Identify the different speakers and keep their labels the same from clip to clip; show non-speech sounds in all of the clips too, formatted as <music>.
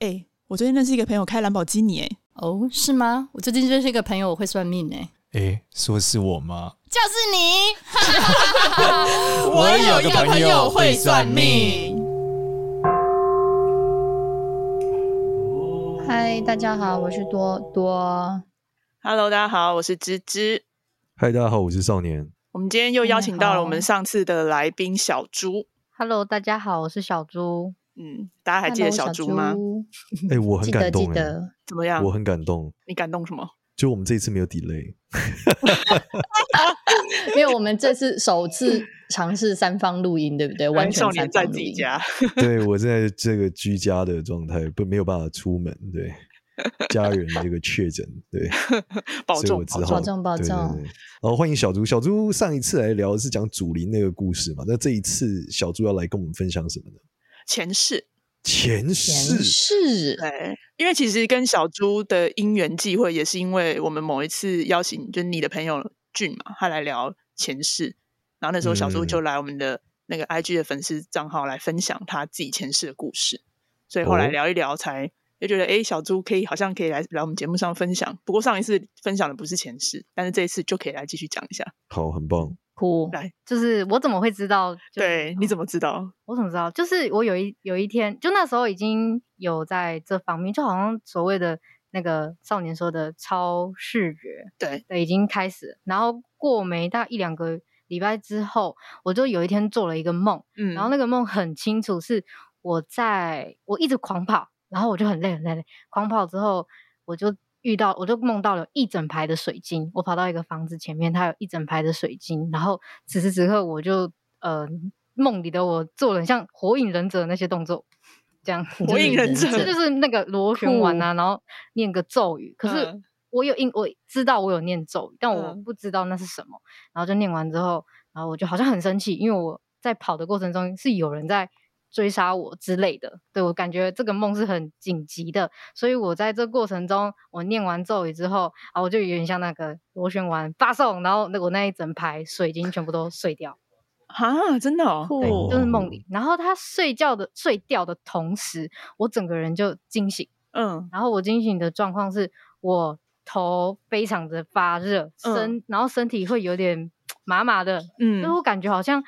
Speaker 1: 哎、我最近认识一个朋友开兰博基尼、哎，
Speaker 2: 哦，是吗？我最近认识一个朋友，我会算命哎、
Speaker 3: 诶，说是我吗？
Speaker 2: 就是你。
Speaker 3: 我有个朋友会算命。
Speaker 4: 嗨，大家好，我是多多。
Speaker 1: Hello，大家好，我是芝芝。
Speaker 5: 嗨，大家好，我是少年。
Speaker 1: 我们今天又邀请到了我们
Speaker 4: 你好
Speaker 1: 上次的来宾小猪。
Speaker 4: Hello，大家好，我是小猪。
Speaker 1: 嗯，大家还记得
Speaker 4: Hello，小
Speaker 1: 猪吗？
Speaker 5: 哎、我很
Speaker 4: 记
Speaker 5: 感
Speaker 4: 得记
Speaker 5: 动、哎，
Speaker 4: 得，
Speaker 1: 怎么样
Speaker 5: 我？很感动。
Speaker 1: 你感动什么？
Speaker 5: 就我们这一次没有 delay，
Speaker 4: 因为我们这次首
Speaker 5: <laughs>
Speaker 4: 次尝试三方录音，对不对？完全
Speaker 1: 少
Speaker 4: 三
Speaker 1: 年在
Speaker 4: 方
Speaker 1: 自
Speaker 4: 录
Speaker 1: 己
Speaker 4: 音。
Speaker 1: 家， <laughs>
Speaker 5: 对我在这个居家的状态，不没有办法出门，
Speaker 3: <laughs>
Speaker 5: 对家人这个确诊，对，
Speaker 1: 保
Speaker 5: 所以
Speaker 1: 重
Speaker 5: 我只
Speaker 1: 保
Speaker 5: 好
Speaker 4: 保重保
Speaker 5: 对对
Speaker 4: 重
Speaker 5: 对然后欢迎小猪，小猪上一次来聊是讲祖灵那个故事嘛，那这一次小猪要来跟我们分享什么呢？
Speaker 1: 前世。
Speaker 5: 前
Speaker 4: 前
Speaker 5: 世，
Speaker 4: 世
Speaker 1: 对，因为其实跟小猪的因缘际会，也是因为我们某一次邀请，就是你的朋友俊嘛，他来聊前世，然后那时候小猪
Speaker 5: 嗯
Speaker 1: 就来我们的那个 IG 的粉丝账号来分享他自己前世的故事，所以后来
Speaker 5: 哦
Speaker 1: 聊一聊才。就觉得诶，小猪可以好像可以来来我们节目上分享。不过上一次分享的不是前世，但是这一次就可以来继续讲一下。
Speaker 5: 好，很棒，
Speaker 4: 哭
Speaker 1: 来，
Speaker 6: 就是我怎么会知道？就是哦
Speaker 1: 对，你怎么知道？
Speaker 6: 我怎么知道？就是我有一有一天，就那时候已经有在这方面，就好像所谓的那个少年说的超视觉，
Speaker 1: 对，
Speaker 6: 对，已经开始了。然后过没大一两个礼拜之后，我就有一天做了一个梦，
Speaker 1: 嗯，
Speaker 6: 然后那个梦很清楚，是我在我一直狂跑，然后我就很累很累很累，狂跑之后我就遇到，我就梦到了一整排的水晶，我跑到一个房子前面，它有一整排的水晶，然后此时此刻我就呃梦里的我做了很像火影忍者的那些动作，这样
Speaker 1: 火影忍者
Speaker 6: 这就是那个螺旋丸啊，然后念个咒语，可是。
Speaker 1: 嗯
Speaker 6: 我有印，我知道我有念咒语，但我
Speaker 1: 嗯
Speaker 6: 不知道那是什么。然后就念完之后，然后我就好像很生气，因为我在跑的过程中是有人在追杀我之类的。对我感觉这个梦是很紧急的，所以我在这过程中，我念完咒语之后，啊，我就有点像那个螺旋丸发送，然后那我那一整排水晶全部都碎掉，
Speaker 1: 啊，真的哦，
Speaker 4: 酷
Speaker 6: 就是梦里。然后他睡觉的睡掉的同时，我整个人就惊醒。
Speaker 1: 嗯，
Speaker 6: 然后我惊醒的状况是我头非常的发热，
Speaker 1: 嗯
Speaker 6: 身、然后身体会有点麻麻的，
Speaker 1: 嗯
Speaker 6: 所以我感觉好像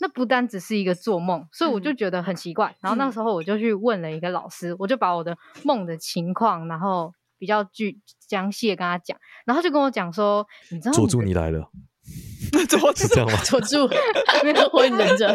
Speaker 6: 那不单只是一个做梦，所以我就
Speaker 1: 嗯
Speaker 6: 觉得很奇怪。然后那
Speaker 1: 嗯
Speaker 6: 时候我就去问了一个老师，我就把我的梦的情况，然后比较具详细的跟他讲，然后他就跟我讲说，你知道
Speaker 5: 佐助
Speaker 6: 的
Speaker 5: 你来了，
Speaker 1: <laughs> 怎么
Speaker 5: <laughs> 是这样吗？
Speaker 4: 佐
Speaker 6: <laughs>
Speaker 4: 助，我也忍着。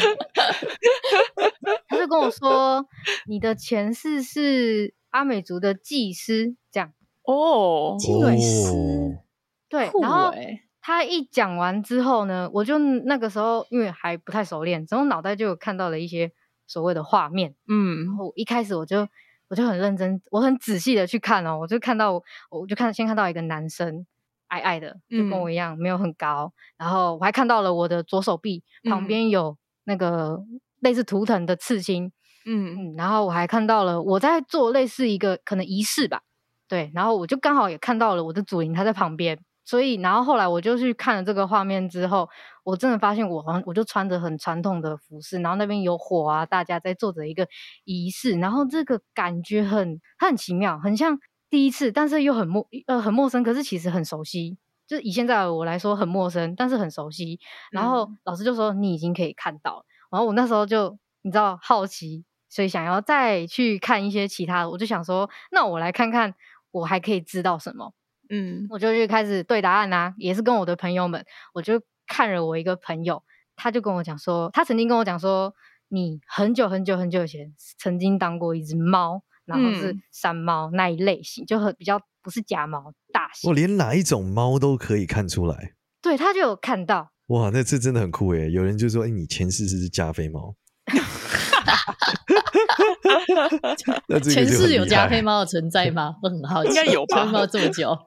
Speaker 6: 他就跟我说，你的前世是阿美族的祭司，这样
Speaker 5: <laughs>
Speaker 1: 哦，
Speaker 4: 金尾丝
Speaker 5: 哦
Speaker 6: 对，
Speaker 4: 酷
Speaker 6: 然后。
Speaker 4: 欸
Speaker 6: 他一讲完之后呢，我就那个时候因为还不太熟练，然后脑袋就有看到了一些所谓的画面。然
Speaker 1: 嗯，
Speaker 6: 后一开始我就我就很认真，我很仔细的去看哦，我就看到我就看先看到一个男生矮矮的，就跟我一样、没有很高，然后我还看到了我的左手臂
Speaker 1: 嗯
Speaker 6: 旁边有那个类似图腾的刺青，
Speaker 1: 嗯，
Speaker 6: 嗯，然后我还看到了我在做类似一个可能仪式吧，对，然后我就刚好也看到了我的祖灵他在旁边，所以然后后来我就去看了这个画面之后，我真的发现我好像我就穿着很传统的服饰，然后那边有火啊，大家在做着一个仪式，然后这个感觉很它很奇妙，很像第一次，但是又很陌呃很陌生，可是其实很熟悉。就是以现在的我来说很陌生，但是很熟悉。然后老师就说你已经可以看到了，然后我那时候就你知道好奇，所以想要再去看一些其他的，我就想说，那我来看看我还可以知道什么， <laughs>
Speaker 1: 嗯，
Speaker 6: 我就去开始对答案啊，也是跟我的朋友们，我就看了我一个朋友，他就跟我讲说，他曾经跟我讲说，你很久很久很久以前曾经当过一只猫，然后是
Speaker 1: 嗯
Speaker 6: 山猫那一类型，就很比较不是假猫，大型，
Speaker 5: 我连哪一种猫都可以看出来，
Speaker 6: 对他就有看到，
Speaker 5: 哇，那这真的很酷诶！有人就说：“哎、你前世是只加菲猫。”那这个
Speaker 4: 前
Speaker 5: 就
Speaker 4: 世
Speaker 5: 很
Speaker 4: 有
Speaker 5: 厉
Speaker 4: 加
Speaker 5: 害
Speaker 4: 菲？猫的存在吗？我很好奇，
Speaker 1: 应该有吧
Speaker 4: 加菲猫这么久，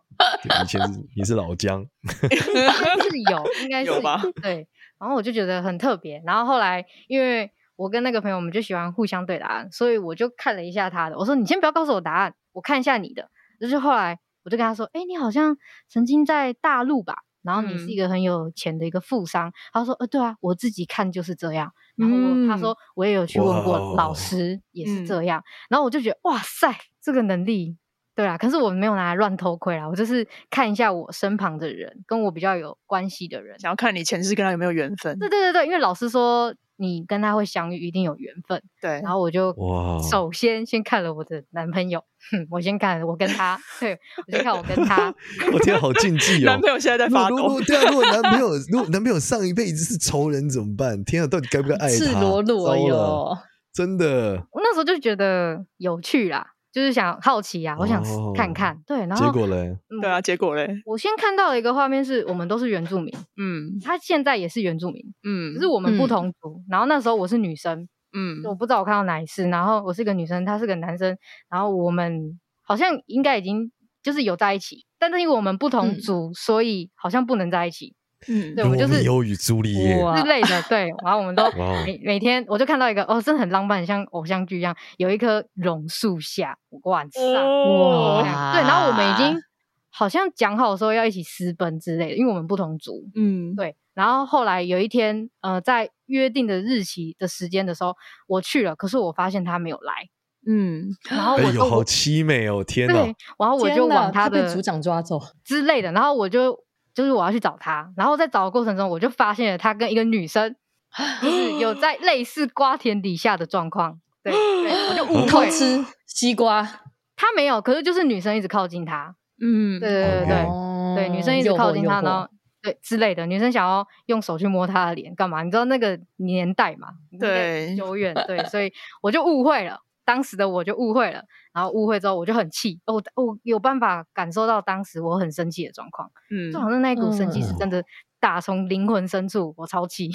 Speaker 5: 对你前世你是老姜，
Speaker 6: 应该是有，应该是
Speaker 1: 有吧
Speaker 6: 对，然后我就觉得很特别。然后后来，因为我跟那个朋友，我们就喜欢互相对答案，所以我就看了一下他的。我说：“你先不要告诉我答案，我看一下你的。”就是后来我就跟他说：“哎、你好像曾经在大陆吧？”然后你是一个很有钱的一个富商。他说，呃，对啊，我自己看就是这样。然后我、
Speaker 1: 嗯
Speaker 6: 他说，我也有去问
Speaker 5: 哇哦
Speaker 6: 过老师，也是这样。然后我就觉得，哇塞，这个能力。对啊，可是我没有拿来乱偷窥啦，我就是看一下我身旁的人，跟我比较有关系的人，
Speaker 1: 想要看你前世跟他有没有缘分。
Speaker 6: 对对对对，因为老师说你跟他会相遇，一定有缘分。
Speaker 1: 对
Speaker 6: 然，后我就
Speaker 5: 哇哦
Speaker 6: 首先先看了我的男朋友，哼，我先看我跟他，对我先看我跟
Speaker 5: <laughs>
Speaker 6: 他，
Speaker 5: 我天，好禁忌哦
Speaker 1: 男！朋友现在在
Speaker 5: 如果
Speaker 1: 发
Speaker 5: 如
Speaker 1: 抖
Speaker 5: 果，对啊，如果男朋友如果男朋友上一辈子是仇人怎么办？天啊，到底该不该爱他？
Speaker 4: 赤裸裸
Speaker 5: 糟了，
Speaker 4: 哟，
Speaker 5: 真的。
Speaker 6: 我那时候就觉得有趣啦，就是想好奇啊，我想试看看，对，然
Speaker 5: 哦结
Speaker 6: 后
Speaker 5: 果嘞，
Speaker 6: 嗯
Speaker 1: 对啊，结果嘞，
Speaker 6: 我先看到了一个画面是我们都是原住民，
Speaker 1: 嗯
Speaker 6: 他现在也是原住民，
Speaker 1: 嗯
Speaker 6: 只是我们不
Speaker 4: 嗯
Speaker 6: 同族。然后那时候我是女生，
Speaker 1: 嗯
Speaker 6: 我不知道我看到哪一次，然后我是个女生，他是个男生，然后我们好像应该已经就是有在一起，但是因为我们不同
Speaker 4: 嗯
Speaker 6: 组，所以好像不能在一起
Speaker 1: 嗯
Speaker 6: 对我就是
Speaker 5: 罗密欧与朱丽叶，
Speaker 4: 哇
Speaker 6: 之类的。对，然后我们都
Speaker 5: 哇哦
Speaker 6: 每每天我就看到一个哦，真的很浪漫，像偶像剧一样，有一棵榕树下晚上，
Speaker 1: 哦
Speaker 6: 这样对，然后我们已经好像讲好说要一起私奔之类的，因为我们不同组，
Speaker 1: 嗯
Speaker 6: 对，然后后来有一天，呃，在约定的日期的时间的时候，我去了，可是我发现他没有来，
Speaker 1: 嗯
Speaker 6: 然后
Speaker 5: 哎
Speaker 6: 我就、
Speaker 5: 呦，好凄美哦！天哪
Speaker 6: 对，，然后我
Speaker 4: 天
Speaker 6: 就
Speaker 4: 哪
Speaker 6: 往
Speaker 4: 他被
Speaker 6: 的
Speaker 4: 组长抓走
Speaker 6: 之类的，然后我就就是我要去找他，然后在找的过程中，我就发现了他跟一个女
Speaker 4: <laughs>
Speaker 6: 生，就是有在类似瓜田李下的状况，对，对我就
Speaker 5: 哦
Speaker 6: 误
Speaker 4: 偷
Speaker 6: 会
Speaker 4: 吃西瓜，
Speaker 6: 他没有，可是就是女生一直靠近他，
Speaker 1: 嗯
Speaker 6: 对对对对对。
Speaker 4: 哦
Speaker 6: 对，女生一直
Speaker 4: 诱惑
Speaker 6: 靠近
Speaker 4: 诱
Speaker 6: 他，
Speaker 4: 惑
Speaker 6: 然后对之类的，女生想要用手去摸他的脸，干嘛？你知道那个年代嘛？那个
Speaker 1: 对
Speaker 6: 久远，对，所以我就误会了，当时的我就误会了，然后误会之后我就很气，哦我我有办法感受到当时我很生气的状况，
Speaker 1: 嗯
Speaker 6: 就好像那一股生气是
Speaker 5: 嗯
Speaker 6: 真的打从灵魂深处，我超气，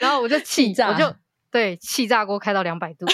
Speaker 6: 然后我就
Speaker 4: 气
Speaker 6: 气，
Speaker 4: 炸
Speaker 6: 我就对气炸锅开到两百度，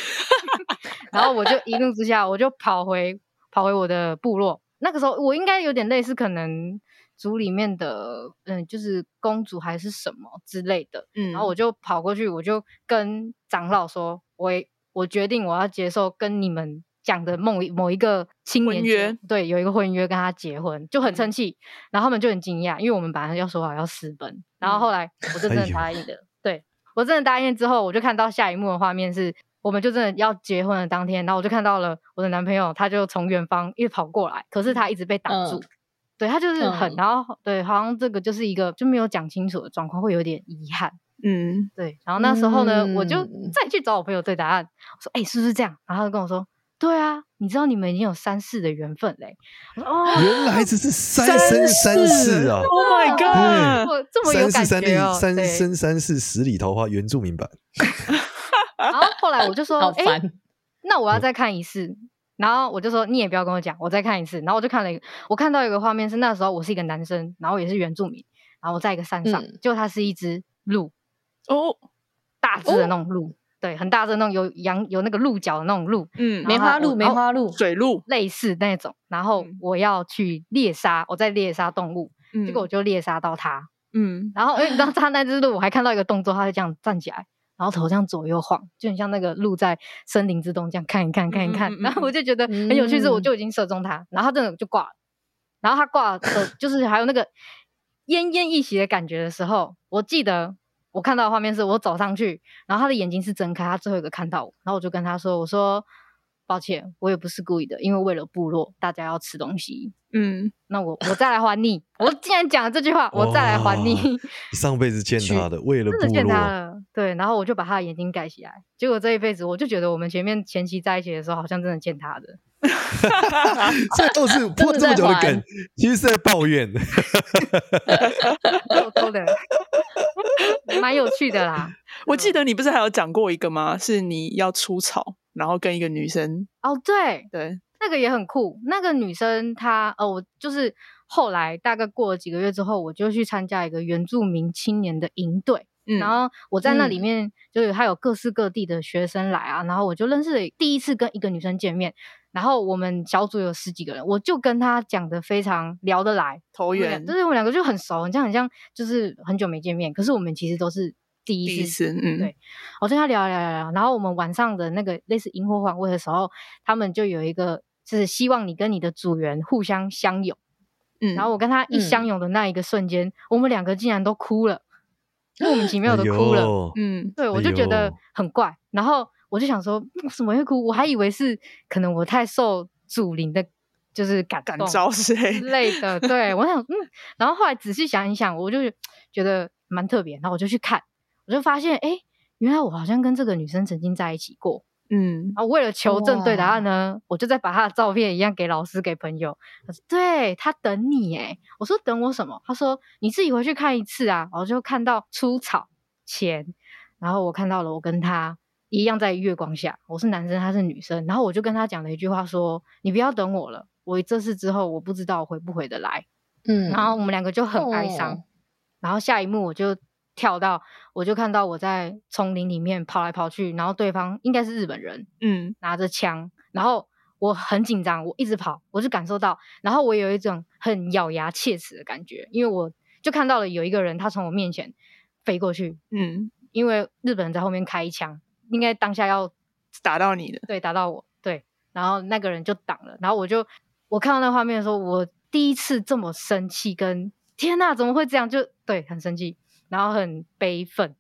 Speaker 6: 然后我就一怒之下，我就跑回跑回我的部落。那个时候我应该有点类似，可能族里面的嗯，就是公主还是什么之类的。
Speaker 1: 嗯
Speaker 6: 然后我就跑过去，我就跟长老说，我也我决定我要接受跟你们讲的某一某一个青
Speaker 1: 婚
Speaker 6: 年
Speaker 1: 约
Speaker 6: 结，对，有一个婚约跟他结婚，就很
Speaker 1: 嗯
Speaker 6: 生气，然后他们就很惊讶，因为我们本来要说好要私奔，然
Speaker 1: 嗯
Speaker 6: 后后来我就真
Speaker 5: 哎
Speaker 6: 的
Speaker 5: 呦
Speaker 6: 答应了，对我真的答应之后，我就看到下一幕的画面是。我们就真的要结婚的当天，然后我就看到了我的男朋友，他就从远方一直跑过来，可是他一直被挡
Speaker 4: 嗯
Speaker 6: 住，对他就是很，
Speaker 4: 嗯
Speaker 6: 然后对，好像这个就是一个就没有讲清楚的状况，会有点遗憾。
Speaker 1: 嗯
Speaker 6: 对，然后那时候呢，我就
Speaker 4: 嗯
Speaker 6: 再去找我朋友对答案，我说：“哎、是不是这样？”然后他就跟我说：“对啊，你知道你们已经有三世的缘分嘞、我说：“哦，
Speaker 5: 原来只是三生三世啊！
Speaker 1: <laughs> ，Oh my
Speaker 5: 对
Speaker 1: god，
Speaker 6: 我这么有
Speaker 5: 三世三
Speaker 6: 感觉
Speaker 5: 例
Speaker 6: 哦。
Speaker 5: 三
Speaker 6: 对
Speaker 5: 生三世十里桃花原住民版，
Speaker 6: 然后后来
Speaker 5: <laughs>
Speaker 6: 我就说：“
Speaker 4: 好
Speaker 6: 哎、
Speaker 4: 烦，
Speaker 6: 那
Speaker 5: 嗯
Speaker 6: 我要再看一次。”然后我就说：“你也不要跟我讲，我再看一次。”然后我就看了一个，我看到一个画面是那时候我是一个男生，然后也是原住民，然后我在一个山上，
Speaker 4: 嗯
Speaker 6: 结果它是一只鹿，
Speaker 1: 哦，
Speaker 6: 大只的那种
Speaker 5: 哦
Speaker 6: 鹿，对，很大只的那种有羊有那个鹿角的那种鹿，
Speaker 1: 嗯
Speaker 6: 然后
Speaker 4: 梅花
Speaker 6: 我
Speaker 4: 鹿，梅
Speaker 6: 然后哦
Speaker 4: 花鹿，
Speaker 1: 水路，
Speaker 6: 类似那种，然后
Speaker 1: 嗯
Speaker 6: 我要去猎杀，我在猎杀动物，
Speaker 1: 嗯
Speaker 6: 结果我就猎杀到它，
Speaker 1: 嗯
Speaker 6: 然后哎因为你知
Speaker 1: <laughs>
Speaker 6: 道它那只鹿，我还看到一个动作，它就这样站起来，然后头这样左右晃，就很像那个鹿在森林之中这样看一看看一看，
Speaker 1: 嗯嗯嗯嗯嗯
Speaker 6: 然后我就觉得很有趣，是我就已经射中它，然后它真的就挂了，然后它挂的就是还有那个奄奄一息的感觉的时候，我记得。我看到的画面是我走上去，然后他的眼睛是睁开，他最后一个看到我，然后我就跟他说：“我说抱歉，我也不是故意的，因为为了部落，大家要吃东西， <laughs>
Speaker 1: 嗯，
Speaker 6: 那我我再来还你。我竟然讲了这句话，我再来还你，
Speaker 5: 哇你上辈子欠他的，为了
Speaker 6: 真的
Speaker 5: 部
Speaker 6: 欠他
Speaker 5: 落，
Speaker 6: 了。对，然后我就把他的眼睛盖起来。结果这一辈子，我就觉得我们前面前期在一起的时候，好像真的欠他的。
Speaker 5: 这都
Speaker 6: <laughs>
Speaker 5: 是破这么久的
Speaker 4: 真的
Speaker 5: 梗
Speaker 4: 在还，
Speaker 5: 其实是在抱怨。
Speaker 6: 偷偷的， <laughs> 蛮有趣的啦。
Speaker 1: 我记得你不是还有讲过一个吗？是你要出草，然后跟一个女生，
Speaker 6: 哦，对，
Speaker 1: 对，
Speaker 6: 那个也很酷。那个女生她呃，我就是后来大概过了几个月之后，我就去参加一个原住民青年的营队。
Speaker 1: 嗯
Speaker 6: 然后我在那里
Speaker 4: 嗯
Speaker 6: 面就是还有各式各地的学生来啊，然后我就认识了第一次跟一个女生见面，然后我们小组有十几个人，我就跟她讲的非常聊得来，
Speaker 1: 投
Speaker 6: 我们
Speaker 1: 缘
Speaker 6: 俩，就是我们两个就很熟，很像很像就是很久没见面，可是我们其实都是第一次哦
Speaker 1: 第一次，嗯
Speaker 6: 对，我跟他聊聊聊聊，然后我们晚上的那个类似萤火晚会的时候，他们就有一个就是希望你跟你的组员互相相拥，
Speaker 1: 嗯，
Speaker 6: 然后我跟他一相拥的那一个瞬间，我们两个竟然都哭了，莫名其
Speaker 1: 哎
Speaker 6: 妙的哭了。
Speaker 5: 了。
Speaker 1: 嗯
Speaker 6: 对，我就觉得很怪。然后我就想说，嗯怎么会哭？我还以为是可能我太受祖灵的，就是感
Speaker 1: 感
Speaker 6: 动
Speaker 1: 召之类
Speaker 6: 之类的。对我想，嗯，然后后来仔细想一想，我就觉得蛮特别。然后我就去看，我就发现，哎，原来我好像跟这个女生曾经在一起过。
Speaker 1: 嗯
Speaker 6: 然后为了求证对答案呢，我就再把她的照片一样给老师给朋友。他说：“对他等你诶，我说：“等我什么？”他说：“你自己回去看一次啊。”我就看到出草前，然后我看到了我跟他一样在月光下，我是男生，他是女生。然后我就跟他讲了一句话说：“你不要等我了，我这次之后我不知道我回不回得来。”
Speaker 4: 嗯，
Speaker 6: 然后我们两个就很哀伤。
Speaker 4: 哦
Speaker 6: 然后下一幕我就跳到，我就看到我在丛林里面跑来跑去，然后对方应该是日本人，
Speaker 1: 嗯
Speaker 6: 拿着枪，然后我很紧张，我一直跑，我就感受到，然后我有一种很咬牙切齿的感觉，因为我就看到了有一个人他从我面前飞过去，
Speaker 1: 嗯，
Speaker 6: 因为日本人在后面开一枪，应该当下要
Speaker 1: 打到你的，
Speaker 6: 对打到我，对，然后那个人就挡了，然后我就我看到那画面的时候，我第一次这么生气，跟天呐，怎么会这样？就对，很生气，然后很悲愤，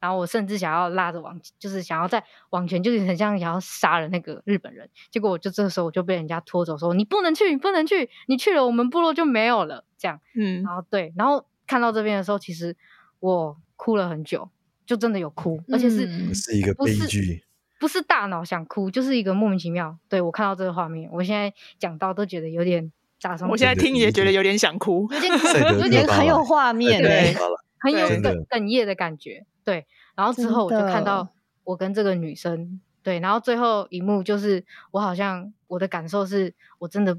Speaker 6: 然后我甚至想要拉着往，就是想要再往前，就是很像想要杀了那个日本人。结果我就这个时候我就被人家拖走，说你不能去，你不能去，你去了我们部落就没有了。这样，
Speaker 1: 嗯
Speaker 6: 然后对，然后看到这边的时候，其实我哭了很久，就真的有哭，而且是、
Speaker 4: 嗯
Speaker 5: 是一个
Speaker 6: 不
Speaker 5: 悲
Speaker 6: 是
Speaker 5: 剧。
Speaker 6: 不是大脑想哭，就是一个莫名其妙。对我看到这个画面，我现在讲到都觉得有点打伤
Speaker 1: 我
Speaker 6: 我，
Speaker 1: 现在
Speaker 5: 对对
Speaker 1: 听也
Speaker 5: 对
Speaker 1: 觉得
Speaker 5: 对
Speaker 1: 有点想哭，
Speaker 6: 有点
Speaker 5: 赛德
Speaker 6: 有
Speaker 5: 克
Speaker 6: 点
Speaker 5: 巴
Speaker 4: 很
Speaker 5: 莱
Speaker 4: 有画面
Speaker 5: 对
Speaker 4: 欸
Speaker 5: 对巴莱
Speaker 6: 很有
Speaker 1: 对
Speaker 5: 真的
Speaker 6: 哽哽咽的感觉。对，然后之后我就
Speaker 4: 真的
Speaker 6: 看到我跟这个女生，对，然后最后一幕就是我好像我的感受是我真的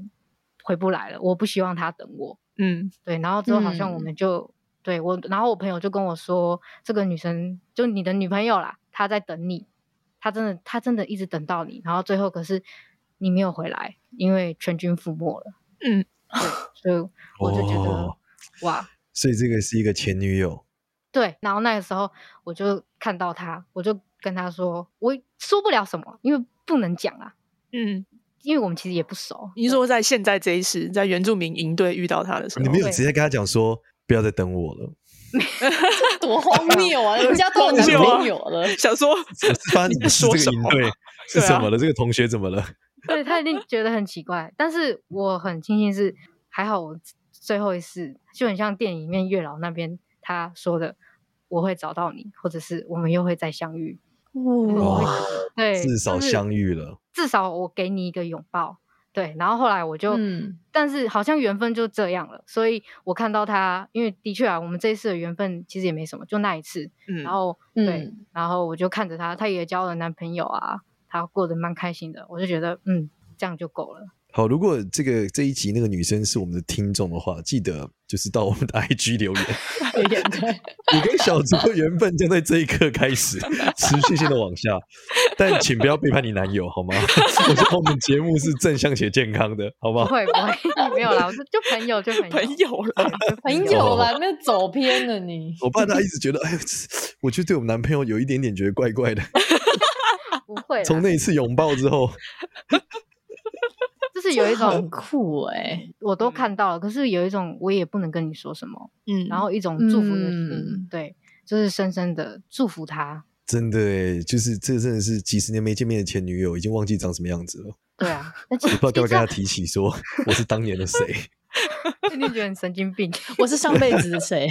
Speaker 6: 回不来了，我不希望她等我。
Speaker 1: 嗯
Speaker 6: 对，然后之后好像我
Speaker 4: 嗯
Speaker 6: 们就、对我，然后我朋友就跟我说，这个女生就你的女朋友啦，她在等你，她真的她真的一直等到你，然后最后可是你没有回来，因为全军覆没了。
Speaker 1: 嗯，
Speaker 6: 对，所以 <laughs> 我就觉得、
Speaker 5: 哦
Speaker 6: 哇，
Speaker 5: 所以这个是一个前女友，
Speaker 6: 对，然后那个时候我就看到他，我就跟他说，我说不了什么，因为不能讲啊，
Speaker 1: 嗯，
Speaker 6: 因为我们其实也不熟。
Speaker 1: 你是说在现在这一世，在原住民营队遇到他的时候
Speaker 5: 你没，有
Speaker 6: 对
Speaker 5: 直接跟他讲说不要再等我
Speaker 6: <laughs>
Speaker 5: 了，
Speaker 4: 多荒谬啊！人家都有男朋友了，
Speaker 1: 想说
Speaker 5: 我是发
Speaker 1: 你
Speaker 5: 现
Speaker 1: 在说
Speaker 5: 这
Speaker 1: 什
Speaker 5: 个营
Speaker 1: 么
Speaker 5: 队是
Speaker 1: 对啊
Speaker 5: 怎么了？这个同学怎么了？
Speaker 6: 对他一定觉得很奇怪，但是我很庆幸是还好，我最后一次就很像电影里面月老那边他说的，我会找到你，或者是我们又会再相遇。
Speaker 5: 哇
Speaker 1: 哇，
Speaker 6: 对，
Speaker 5: 至少
Speaker 6: 就是
Speaker 5: 相遇了。
Speaker 6: 至少我给你一个拥抱。对，然后后来我就，
Speaker 4: 嗯
Speaker 6: 但是好像缘分就这样了，所以我看到他，因为的确啊，我们这一次的缘分其实也没什么，就那一次。
Speaker 1: 嗯
Speaker 6: 然后、对， <laughs>
Speaker 4: 嗯，
Speaker 6: 然后我就看着他，他也交了男朋友啊，他过得蛮开心的，我就觉得嗯，这样就够了。
Speaker 5: 好，如果这个这一集那个女生是我们的听众的话，记得就是到我们的 IG 留言。
Speaker 4: 有点对，
Speaker 5: 你跟小猪的缘分将在这一刻开始持续性的往下，但请不要背叛你男友，好吗？ <laughs> 我说我们节目是正向且健康的，好不
Speaker 6: 不
Speaker 5: 好？
Speaker 6: 会不
Speaker 5: <laughs>
Speaker 6: 会，没有啦，我就就朋友就朋友
Speaker 1: 朋友啦，
Speaker 6: 对就
Speaker 4: <laughs> 很有啦，那走偏了你。
Speaker 5: 我怕他一直觉得，哎呦，我就对我们男朋友有一点点觉得怪怪的。
Speaker 6: 不
Speaker 4: 啊
Speaker 6: 会啦，
Speaker 5: 从那一次拥抱之后，
Speaker 6: 就是有一
Speaker 4: 很
Speaker 6: 种
Speaker 4: 酷哎，
Speaker 6: 我
Speaker 5: 嗯
Speaker 6: 都看到了，可是有一种我也不能跟你说什么，
Speaker 1: 嗯，
Speaker 6: 然后一种祝福的心，
Speaker 4: 嗯
Speaker 6: 对，就是深深的祝福他。
Speaker 5: 真的欸，就是这真的是几十年没见面的前女友，已经忘记长什么样子了。<laughs>
Speaker 6: 对啊，那其
Speaker 5: 我
Speaker 6: 实
Speaker 5: 不知道该不
Speaker 6: 这
Speaker 5: 该跟他
Speaker 6: 样
Speaker 5: 提起说我是当年
Speaker 4: <laughs>
Speaker 5: 的谁。
Speaker 6: <laughs> 一定觉得很神经病。
Speaker 4: 我是上辈子的谁？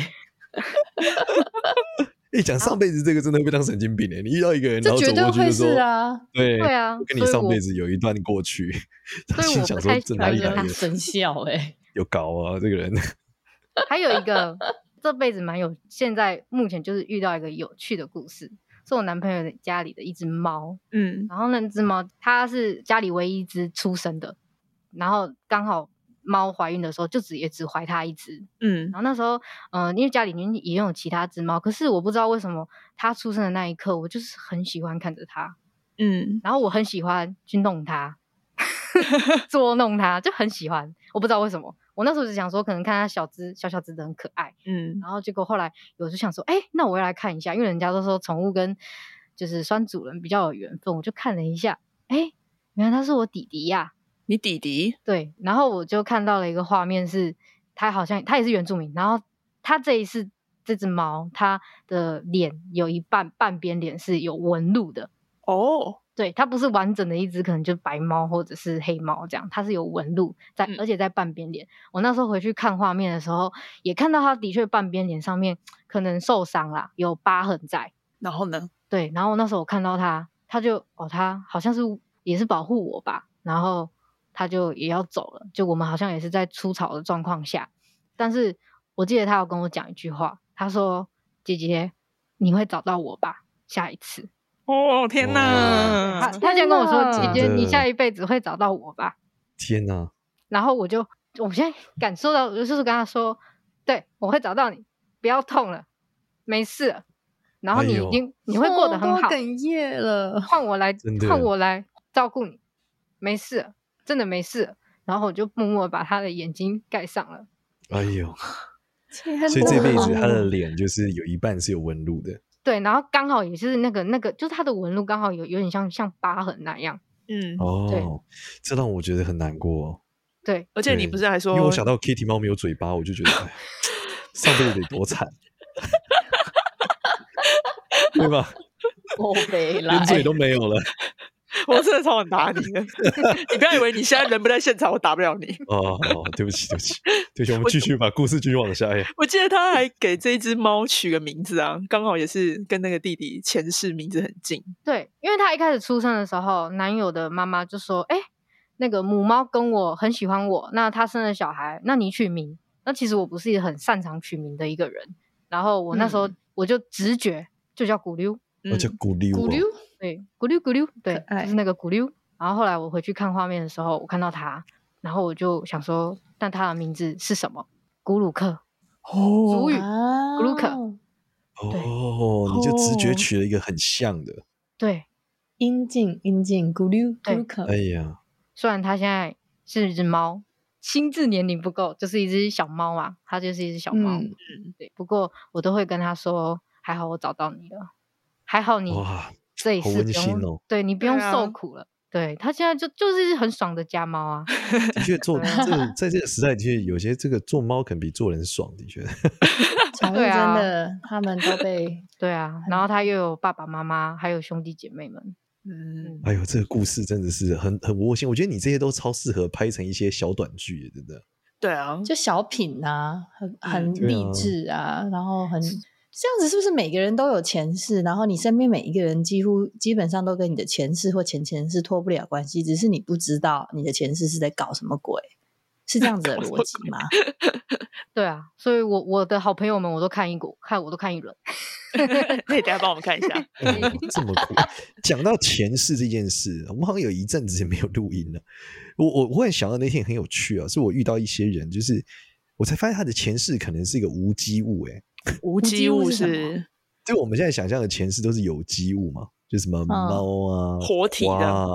Speaker 5: 一讲上辈子这个真的会被当神经病哎、 <laughs> 你遇到一个人，然
Speaker 4: 这
Speaker 5: 后走
Speaker 4: 绝对
Speaker 5: 过去
Speaker 4: 会
Speaker 5: 就说
Speaker 4: 是，啊，
Speaker 5: <laughs> 对
Speaker 6: 对啊
Speaker 5: 我跟你
Speaker 6: 所以
Speaker 5: 上
Speaker 6: 我
Speaker 5: 辈子有一段过去，他
Speaker 6: 所以
Speaker 5: 心
Speaker 6: 我
Speaker 5: 想
Speaker 6: 不
Speaker 5: 说
Speaker 6: 太
Speaker 5: 这
Speaker 6: 喜
Speaker 5: 哪
Speaker 6: 欢
Speaker 5: 里
Speaker 6: 惹
Speaker 5: 来
Speaker 6: 他
Speaker 5: 的
Speaker 4: 生效哎，
Speaker 5: 有搞啊，这个人 <laughs>
Speaker 6: 还有一个这辈子蛮有，现在目前就是遇到一个有趣的故事，是我男朋友的家里的一只猫，
Speaker 1: 嗯
Speaker 6: 然后那只猫它是家里唯一一只出生的，然后刚好猫怀孕的时候就只也只怀它一只，
Speaker 1: 嗯
Speaker 6: 然后那时候呃因为家里面也有其他只猫，可是我不知道为什么它出生的那一刻，我就是很喜欢看着它，
Speaker 1: 嗯
Speaker 6: 然后我很喜欢去弄它， <laughs> 捉弄它，就很喜欢。我不知道为什么，我那时候只想说，可能看它小只小小只的很可爱。
Speaker 1: 嗯
Speaker 6: 然后结果后来我就想说，哎、那我要来看一下，因为人家都说宠物跟就是拴主人比较有缘分，我就看了一下，哎、原来它是我弟弟呀、
Speaker 1: 你弟弟，
Speaker 6: 对，然后我就看到了一个画面是，他好像他也是原住民，然后他这一次这只猫，它的脸有一半半边脸是有纹路的，
Speaker 1: 哦，
Speaker 6: 对，它不是完整的一只，可能就白猫或者是黑猫这样，它是有纹路在，
Speaker 1: 嗯
Speaker 6: 而且在半边脸。我那时候回去看画面的时候，也看到它的确半边脸上面可能受伤啦，有疤痕在。
Speaker 1: 然后呢？
Speaker 6: 对，然后那时候我看到它，它就哦，它好像是也是保护我吧，然后它就也要走了，就我们好像也是在出草的状况下，但是我记得他有跟我讲一句话，他说：“姐姐，你会找到我吧，下一次。”
Speaker 1: 哦，天
Speaker 5: 哇
Speaker 1: 哪
Speaker 6: 他！他这样跟我说：“
Speaker 4: 天哪
Speaker 6: 姐姐，
Speaker 5: 真的
Speaker 6: 你下一辈子会找到我吧
Speaker 5: 天哪！？”
Speaker 6: 然后我就，我现在感受到，我就是跟他说：“对，我会找到你，不要痛了，没事了。然后你
Speaker 5: 哎呦
Speaker 6: 已经、 <laughs> 你会过得很好
Speaker 4: 哦我，都哽咽了。
Speaker 6: 换我来
Speaker 5: 真的
Speaker 6: 换我来照顾你，没事了，真的没事了。”然后我就默默地把他的眼睛盖上了。
Speaker 5: 哎呦，
Speaker 4: 天
Speaker 5: 所以这辈子
Speaker 4: 哪
Speaker 5: 他的脸就是有一半是有纹路的，
Speaker 6: 对，然后刚好也是那个那个，就是他的纹路刚好有有点像像疤痕那样。
Speaker 1: 嗯，
Speaker 5: 哦，这让我觉得很难过、哦。
Speaker 6: 对，
Speaker 1: 而且你
Speaker 5: 对
Speaker 1: 不是还
Speaker 5: 因
Speaker 1: 说，
Speaker 5: 为我想到 Kitty 猫没有嘴巴，我就觉得哎上辈子得多惨， <laughs> 对吧？
Speaker 4: 我北来
Speaker 5: 连，嘴
Speaker 6: <laughs>
Speaker 5: 都没有了
Speaker 1: 我真的超想打 <laughs> 你的，你不要以为你现在人不在现场，我打不了你。
Speaker 5: 哦，哦对不起，对不起，对不起，我们
Speaker 1: 我
Speaker 5: 继续把故事继续往下。哎，
Speaker 1: 我记得他还给这只猫取个名字啊，刚好也是跟那个弟弟前世名字很近。
Speaker 6: 对，因为她一开始出生的时候，男友的妈妈就说：“哎、那个母猫跟我很喜欢我，那她生了小孩，那你取名。”那其实我不是很擅长取名的一个人，然后我那时候
Speaker 1: 嗯
Speaker 6: 我就直觉就叫咕溜，
Speaker 1: 嗯
Speaker 5: 我叫古溜哦，
Speaker 4: 咕溜，
Speaker 6: 对，咕溜咕溜，对，
Speaker 4: 爱
Speaker 6: 就是那个咕溜。然后后来我回去看画面的时候，我看到它，然后我就想说，那它的名字是什么？古鲁克，
Speaker 1: 哦
Speaker 4: <laughs>
Speaker 6: 主语
Speaker 4: 咕
Speaker 6: Gluca
Speaker 5: 哦，你就直觉取了一个很像的。
Speaker 6: 对，
Speaker 4: 阴茎阴茎咕溜咕
Speaker 6: 对
Speaker 4: 噜可
Speaker 5: 哎，呀，
Speaker 6: 虽然它现在是一只猫，心智年龄不够，就是一只小猫嘛，它就是一只小猫。
Speaker 4: 嗯，
Speaker 6: <laughs> 对，啊不过我都会跟他说，还好我找到你了，还好你
Speaker 5: 哇，
Speaker 6: 这一
Speaker 5: 好
Speaker 6: 次
Speaker 5: 温
Speaker 6: 不
Speaker 5: 馨
Speaker 6: 用，
Speaker 5: 哦
Speaker 6: 对你不
Speaker 1: 对
Speaker 6: 用
Speaker 1: 啊
Speaker 6: 受苦了。对他现在就就是很爽的家猫啊，
Speaker 5: 的确做这在这个时代，的确有些这个做猫可能比做人爽，的确。 <laughs>
Speaker 4: 宠物
Speaker 6: 对
Speaker 4: 真
Speaker 6: 啊
Speaker 4: 的，他们都被
Speaker 6: 对啊，然后他又有爸爸妈妈，还有兄弟姐妹们，
Speaker 1: 嗯，
Speaker 6: 嗯，
Speaker 5: 哎呦，这个故事真的是很很窝心，我觉得你这些都超适合拍成一些小短剧，真的。
Speaker 1: 对啊，
Speaker 4: 就小品啊，很很
Speaker 5: 对
Speaker 4: 励
Speaker 5: 啊
Speaker 4: 志啊，然后很这样子，是不是每个人都有前世？然后你身边每一个人几乎基本上都跟你的前世或前前世脱不了关系，只是你不知道你的前世是在搞什么鬼，是这样子的
Speaker 1: 搞什么
Speaker 4: 逻辑吗？
Speaker 6: 对啊，所以我我的好朋友们我都看一股，看我都看一轮，
Speaker 1: 那你等一下帮我们看一
Speaker 4: <laughs>
Speaker 1: 下。
Speaker 5: 哦这么酷！ <laughs> 讲到前世这件事，我们好像有一阵子也没有录音了。我我忽然想到那天很有趣啊，是我遇到一些人，就是我才发现他的前世可能是一个无机物、欸，哎，
Speaker 1: 无机
Speaker 4: 机物
Speaker 1: 物
Speaker 4: 是什么
Speaker 1: 是
Speaker 5: 就我们现在想象的前世都是有机物嘛，就什么猫啊、
Speaker 1: 活体的
Speaker 5: 花啊，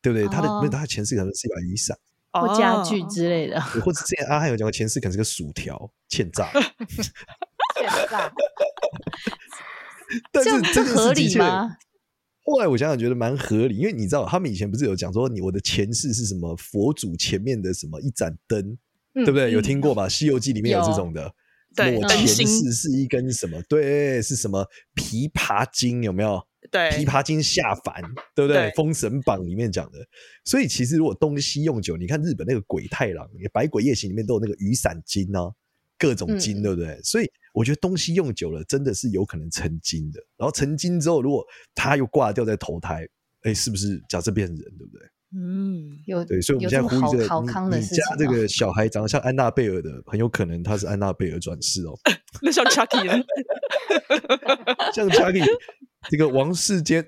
Speaker 5: 对不对？他的
Speaker 4: 哦
Speaker 5: 不是他的前世可能是一把雨伞，
Speaker 4: 或家具
Speaker 1: 哦
Speaker 4: 之
Speaker 5: <laughs>
Speaker 4: 类的，
Speaker 5: 对或者之前阿啊汉有讲过前世可能是个薯条欠炸，
Speaker 6: 现在
Speaker 5: <laughs> 但
Speaker 4: 这样
Speaker 5: 是
Speaker 4: 这
Speaker 5: 这件事
Speaker 4: 合
Speaker 5: 的
Speaker 4: 理
Speaker 5: 确
Speaker 4: 吗？ <laughs>
Speaker 5: 后来我想想觉得蛮合理，因为你知道他们以前不是有讲说你我的前世是什么佛祖前面的什么一盏灯，
Speaker 6: 嗯
Speaker 5: 对不对？有听过吧？《西游记》里面有这种的。什么
Speaker 1: 对
Speaker 5: 我
Speaker 1: 灯
Speaker 5: 前
Speaker 1: 芯
Speaker 5: 世是一根什么？对，是什么琵琶精？有没有？
Speaker 1: 对，
Speaker 5: 琵琶精下凡，对不
Speaker 1: 对
Speaker 5: 对？封神榜里面讲的。所以其实如果东西用久，你看日本那个鬼太郎，《百鬼夜行》里面都有那个雨伞精啊，各种精，
Speaker 4: 嗯
Speaker 5: 对不对？所以我觉得东西用久了，真的是有可能成精的。然后成精之后，如果它又挂掉再投胎，哎，是不是假设变人，对不对？
Speaker 1: 嗯，
Speaker 4: 有
Speaker 5: 对，所以我
Speaker 4: 有
Speaker 5: 们现在
Speaker 4: 么
Speaker 5: 呼吁这
Speaker 4: 好
Speaker 5: 个
Speaker 4: 好康
Speaker 5: 你
Speaker 4: 的
Speaker 5: 你
Speaker 4: 事
Speaker 5: 家
Speaker 4: 情
Speaker 5: 这
Speaker 4: 吗
Speaker 5: 个小孩长得像安娜贝尔的，很有可能他是安娜贝尔转
Speaker 4: <laughs>
Speaker 5: 世哦。
Speaker 1: 那像 Chucky 呢？
Speaker 5: 像家里这个王
Speaker 4: <laughs>
Speaker 5: 世坚，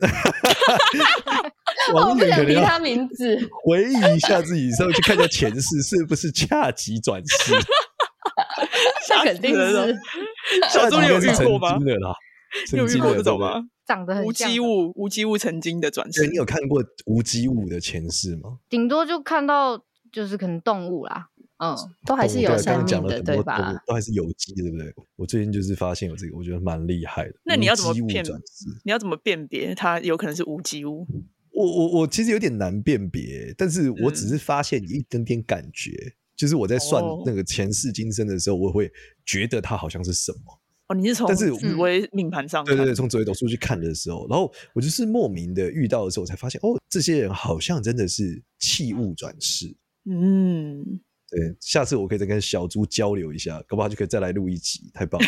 Speaker 5: 王
Speaker 4: 我
Speaker 5: 女
Speaker 4: 不
Speaker 5: 可
Speaker 4: 想
Speaker 5: 能
Speaker 4: 提
Speaker 5: 要
Speaker 4: 他名
Speaker 5: <laughs>
Speaker 4: 字，
Speaker 5: 回忆一下自己，上去看一下前世是不是恰吉转世，
Speaker 4: 这肯定
Speaker 1: 吓死人
Speaker 4: 是嗯
Speaker 1: 了 <laughs> 小猪
Speaker 5: 应
Speaker 1: 你有
Speaker 5: 该
Speaker 1: 遇
Speaker 5: 是成
Speaker 1: 过
Speaker 5: <laughs>
Speaker 1: 吗
Speaker 5: 精？的啦，
Speaker 1: 你有
Speaker 5: 成
Speaker 1: 遇
Speaker 5: 精
Speaker 1: 过
Speaker 5: 的
Speaker 1: 这种？
Speaker 5: 对不对
Speaker 1: 吗？
Speaker 6: 长得很
Speaker 1: 无
Speaker 6: 像
Speaker 1: 机
Speaker 6: 的
Speaker 1: 物，无机物曾经的转世
Speaker 5: 对，你有看过无机物的前世吗？
Speaker 6: 顶多就看到就是可能动物啦，嗯，
Speaker 4: 都还是
Speaker 5: 动物
Speaker 4: 有
Speaker 5: 对啊刚
Speaker 4: 生
Speaker 5: 刚讲
Speaker 4: 命
Speaker 5: 了
Speaker 4: 的，
Speaker 5: 很多
Speaker 4: 对
Speaker 5: 动物
Speaker 4: 吧？
Speaker 5: 都还是有机，对不对？我最近就是发现有这个，我觉得蛮厉害的。
Speaker 1: 那你要怎么
Speaker 5: 无机物
Speaker 1: 骗
Speaker 5: 转世？
Speaker 1: 你要怎么辨别它有可能是无机物？
Speaker 5: 我我我其实有点难辨别，但是我只
Speaker 1: 嗯
Speaker 5: 是发现一点点感觉，就是我在算
Speaker 1: 哦
Speaker 5: 那个前世今生的时候，我会觉得它好像是什么。
Speaker 1: 哦，你是从
Speaker 5: 但是
Speaker 1: 紫
Speaker 4: 嗯
Speaker 1: 薇命盘上
Speaker 5: 对
Speaker 1: 看
Speaker 5: 对对，从紫微斗数去看的时候，然后我就是莫名的遇到的时候，我才发现哦，这些人好像真的是器物转世。
Speaker 1: 嗯，
Speaker 5: 对，下次我可以再跟小猪交流一下，搞不好就可以再来录一集，太棒了。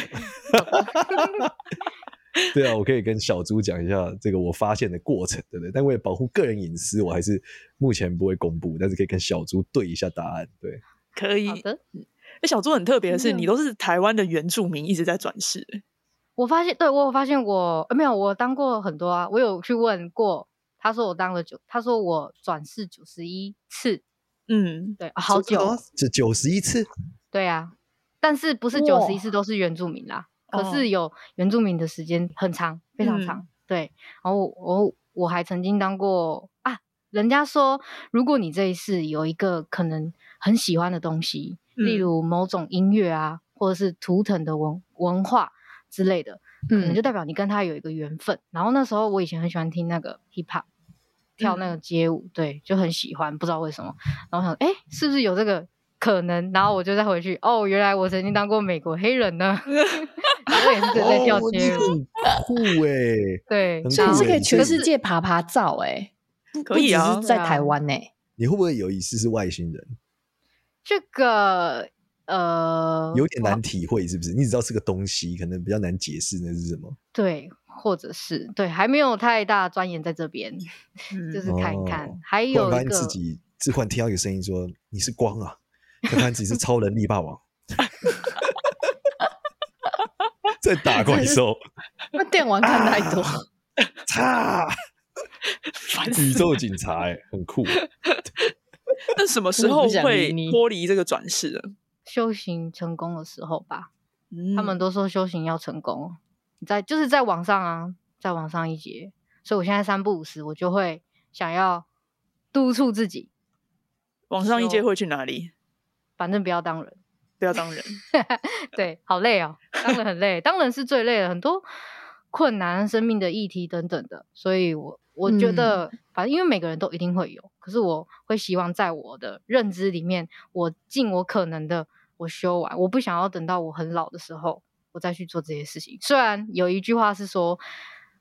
Speaker 5: 对啊，我可以跟小猪讲一下这个我发现的过程，对不对？但为了保护个人隐私，我还是目前不会公布，但是可以跟小猪对一下答案。对，
Speaker 1: 可以
Speaker 6: 好。的，
Speaker 1: 哎，小猪很特别的是，
Speaker 6: 嗯
Speaker 1: 你都是台湾的原住民一直在转世，欸
Speaker 6: 我发现，对我有发现我，呃没有，我当过很多啊，我有去问过，他说我当了九，他说我转世九十一次，
Speaker 1: 嗯，
Speaker 6: 对，啊好久，
Speaker 5: 这九十一次，
Speaker 6: 对啊，但是不是九十一次都是原住民啦，可
Speaker 1: 哦
Speaker 6: 是有原住民的时间很长，非常长。对，然后我我我还曾经当过啊，人家说如果你这一世有一个可能很喜欢的东西，例
Speaker 1: 嗯
Speaker 6: 如某种音乐啊，或者是图腾的文文化之类的，可能
Speaker 5: 嗯
Speaker 6: 就代表你跟他有一个缘分。然后那时候我以前很喜欢听那个 hip hop，跳那个
Speaker 5: 嗯
Speaker 6: 街舞，对，就很喜欢，不知道为什么。然后想，哎，是不是有这个可能？然后我就再回去，哦，原来我曾经当过美国黑
Speaker 5: <laughs>
Speaker 6: 人呢，我也是在跳
Speaker 5: 哦
Speaker 6: 街
Speaker 5: 你
Speaker 6: 舞，
Speaker 5: 很酷哎、
Speaker 6: 对，
Speaker 5: 很
Speaker 6: 然
Speaker 5: 酷
Speaker 6: 后
Speaker 4: 是
Speaker 5: 欸
Speaker 4: 可以
Speaker 5: 你
Speaker 4: 全
Speaker 5: 这
Speaker 4: 世界爬爬照哎，不
Speaker 1: 可以啊
Speaker 4: 不只是在
Speaker 6: 对啊
Speaker 4: 台湾呢。
Speaker 5: 你会不会有一次是外星人？
Speaker 6: 这个呃，
Speaker 5: 有点难体会，是不是？你只知道是个东西，可能比较难解释那是什么。
Speaker 6: 对，或者是对，还没有太大钻研在这边，
Speaker 1: 嗯
Speaker 6: 就是看一看，
Speaker 5: 哦
Speaker 6: 还
Speaker 5: 突然
Speaker 6: 有
Speaker 5: 发
Speaker 6: 一
Speaker 5: 现
Speaker 6: 个
Speaker 5: 自己，自忽然听到一个声音说：“你是光啊！”才发现自己是超能力霸王， <laughs> 在打怪兽， <laughs>
Speaker 4: 那电玩看太多，
Speaker 5: 擦！
Speaker 1: 烦
Speaker 5: 宇
Speaker 1: 死。
Speaker 5: 宙警察、欸，很酷。
Speaker 1: <laughs> 那什么时
Speaker 4: 真的不
Speaker 1: 候
Speaker 4: 想
Speaker 1: 会
Speaker 4: 理你
Speaker 1: 脱离这个转世的？
Speaker 6: 修行成功的时候吧，他
Speaker 1: 他
Speaker 6: 们都说修行要成功，在就是在网上啊，在网上一节，所以我现在三不五时，我就会想要督促自己，
Speaker 1: 网上一阶
Speaker 6: 说
Speaker 1: 会去哪里？
Speaker 6: 反正不要当人。
Speaker 1: 不要当人。
Speaker 6: 对，好累哦，当然很累，当然是最累的，很多困难、生命的议题等等的，所以我我觉得，反正因为每个人都一定会有，可是我会希望在我的认知里面，我尽我可能的我修完，我不想要等到我很老的时候，我再去做这些事情。虽然有一句话是说，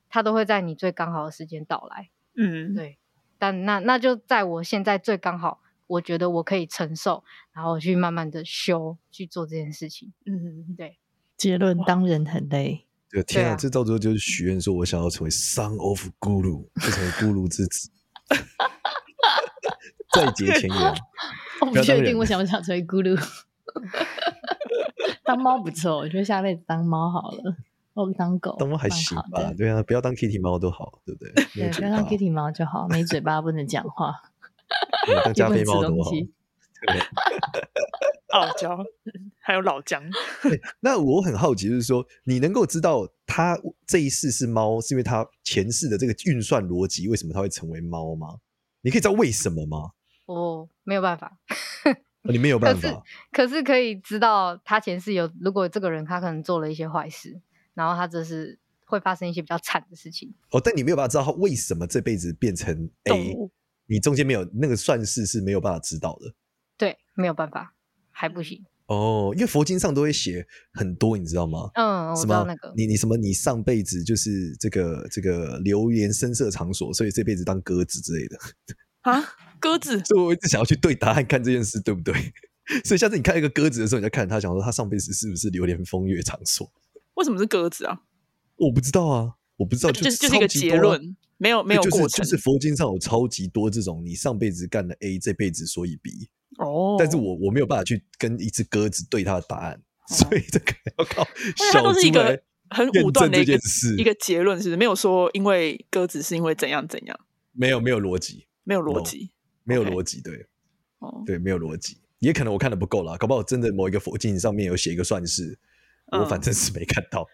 Speaker 6: 它都会在你最刚好的时间到来，
Speaker 1: 嗯，
Speaker 6: 对，但那那就在我现在最刚好。我觉得我可以承受，然后去慢慢的修，去做这件事情。
Speaker 1: 嗯，
Speaker 6: 对，
Speaker 4: 结论当人很累。
Speaker 5: 对，天
Speaker 6: 对
Speaker 5: 啊，
Speaker 6: 啊
Speaker 5: 这到最后就是许愿，说我想要成为 Son of Guru，就成为咕噜之子。在劫前缘，
Speaker 4: 我
Speaker 5: 不
Speaker 4: 不
Speaker 5: 要
Speaker 4: 哦
Speaker 5: 当
Speaker 4: 确
Speaker 5: 人 <laughs>
Speaker 4: 定我想不想成为咕噜。当猫不错，我觉得下辈子当猫好了，或当狗，
Speaker 5: 当然还
Speaker 4: 蛮
Speaker 5: 行
Speaker 4: 好的
Speaker 5: 吧？对啊，不要当 Kitty 猫都好，对不对？没
Speaker 4: 对，
Speaker 5: 有
Speaker 4: 不
Speaker 5: 嘴
Speaker 4: 要
Speaker 5: 巴
Speaker 4: 当，Kitty 猫就好，没嘴巴不能讲话，
Speaker 5: 对当加
Speaker 4: 也不能
Speaker 5: 菲
Speaker 4: 吃
Speaker 5: 猫多
Speaker 4: 东
Speaker 5: 好。
Speaker 4: 西。
Speaker 6: <laughs>
Speaker 5: 对
Speaker 1: 傲娇，嗯还有老姜。
Speaker 5: 那我很好奇，就是说，你能够知道它这一世是猫，是因为它前世的这个运算逻辑，为什么它会成为猫吗？你可以知道为什么吗？
Speaker 6: 我哦没有办法，
Speaker 5: 啊你没有
Speaker 6: 可
Speaker 5: 办
Speaker 6: 是
Speaker 5: 法，
Speaker 6: 可是可以知道他前世有，如果这个人他可能做了一些坏事，然后他这是会发生一些比较惨的事情。
Speaker 5: 哦，但你没有办法知道它为什么这辈子变成
Speaker 1: 动
Speaker 5: A，
Speaker 1: 物
Speaker 5: 你中间没有那个算式是没有办法知道的。
Speaker 6: 对，没有办法，还不行。
Speaker 5: 哦，因为佛经上都会写很多，你知道吗？
Speaker 6: 嗯，我
Speaker 5: 什
Speaker 6: 知
Speaker 5: 么
Speaker 6: 道那个，
Speaker 5: 你你什么你上辈子就是这个这个流连声色场所，所以这辈子当鸽子之类的。
Speaker 1: 啊，鸽子
Speaker 5: 所以我一直想要去对答案，看这件事对不 <laughs> 对。所以下次你看一个鸽子的时候，你就看它，想说它上辈子是不是流连风月场所？
Speaker 1: 为什么是鸽子啊？
Speaker 5: 我不知道啊，我不知道，
Speaker 1: 呃就是就
Speaker 5: 就是
Speaker 1: 是一个
Speaker 5: 超级
Speaker 1: 结
Speaker 5: 多啊
Speaker 1: 论，没有没有
Speaker 5: 对
Speaker 1: 过
Speaker 5: 就是
Speaker 1: 程
Speaker 5: 就是佛经上有超级多这种，你上辈子干了 A，这辈子所以 B，、
Speaker 1: 哦。哦
Speaker 5: 但是我我没有办法去跟一只鸽子对它的答案，所以这个要靠
Speaker 1: <laughs> 因为它
Speaker 5: 小
Speaker 1: 都是一
Speaker 5: 猪来
Speaker 1: 个很武
Speaker 5: 验
Speaker 1: 断
Speaker 5: 证
Speaker 1: 的
Speaker 5: 这
Speaker 1: 一个
Speaker 5: 件事，
Speaker 1: 一个结论，是不是没有说因为鸽子是因为怎样怎样，
Speaker 5: 没有没有逻辑，
Speaker 1: 没有逻
Speaker 5: No
Speaker 1: 辑
Speaker 5: 没有
Speaker 1: OK
Speaker 5: 逻辑，对
Speaker 1: 哦。 <laughs>
Speaker 5: 对，没有逻辑，也可能我看的不够啦，搞不好真的某一个佛经上面有写一个算式，我
Speaker 1: 嗯
Speaker 5: 反正是没看到。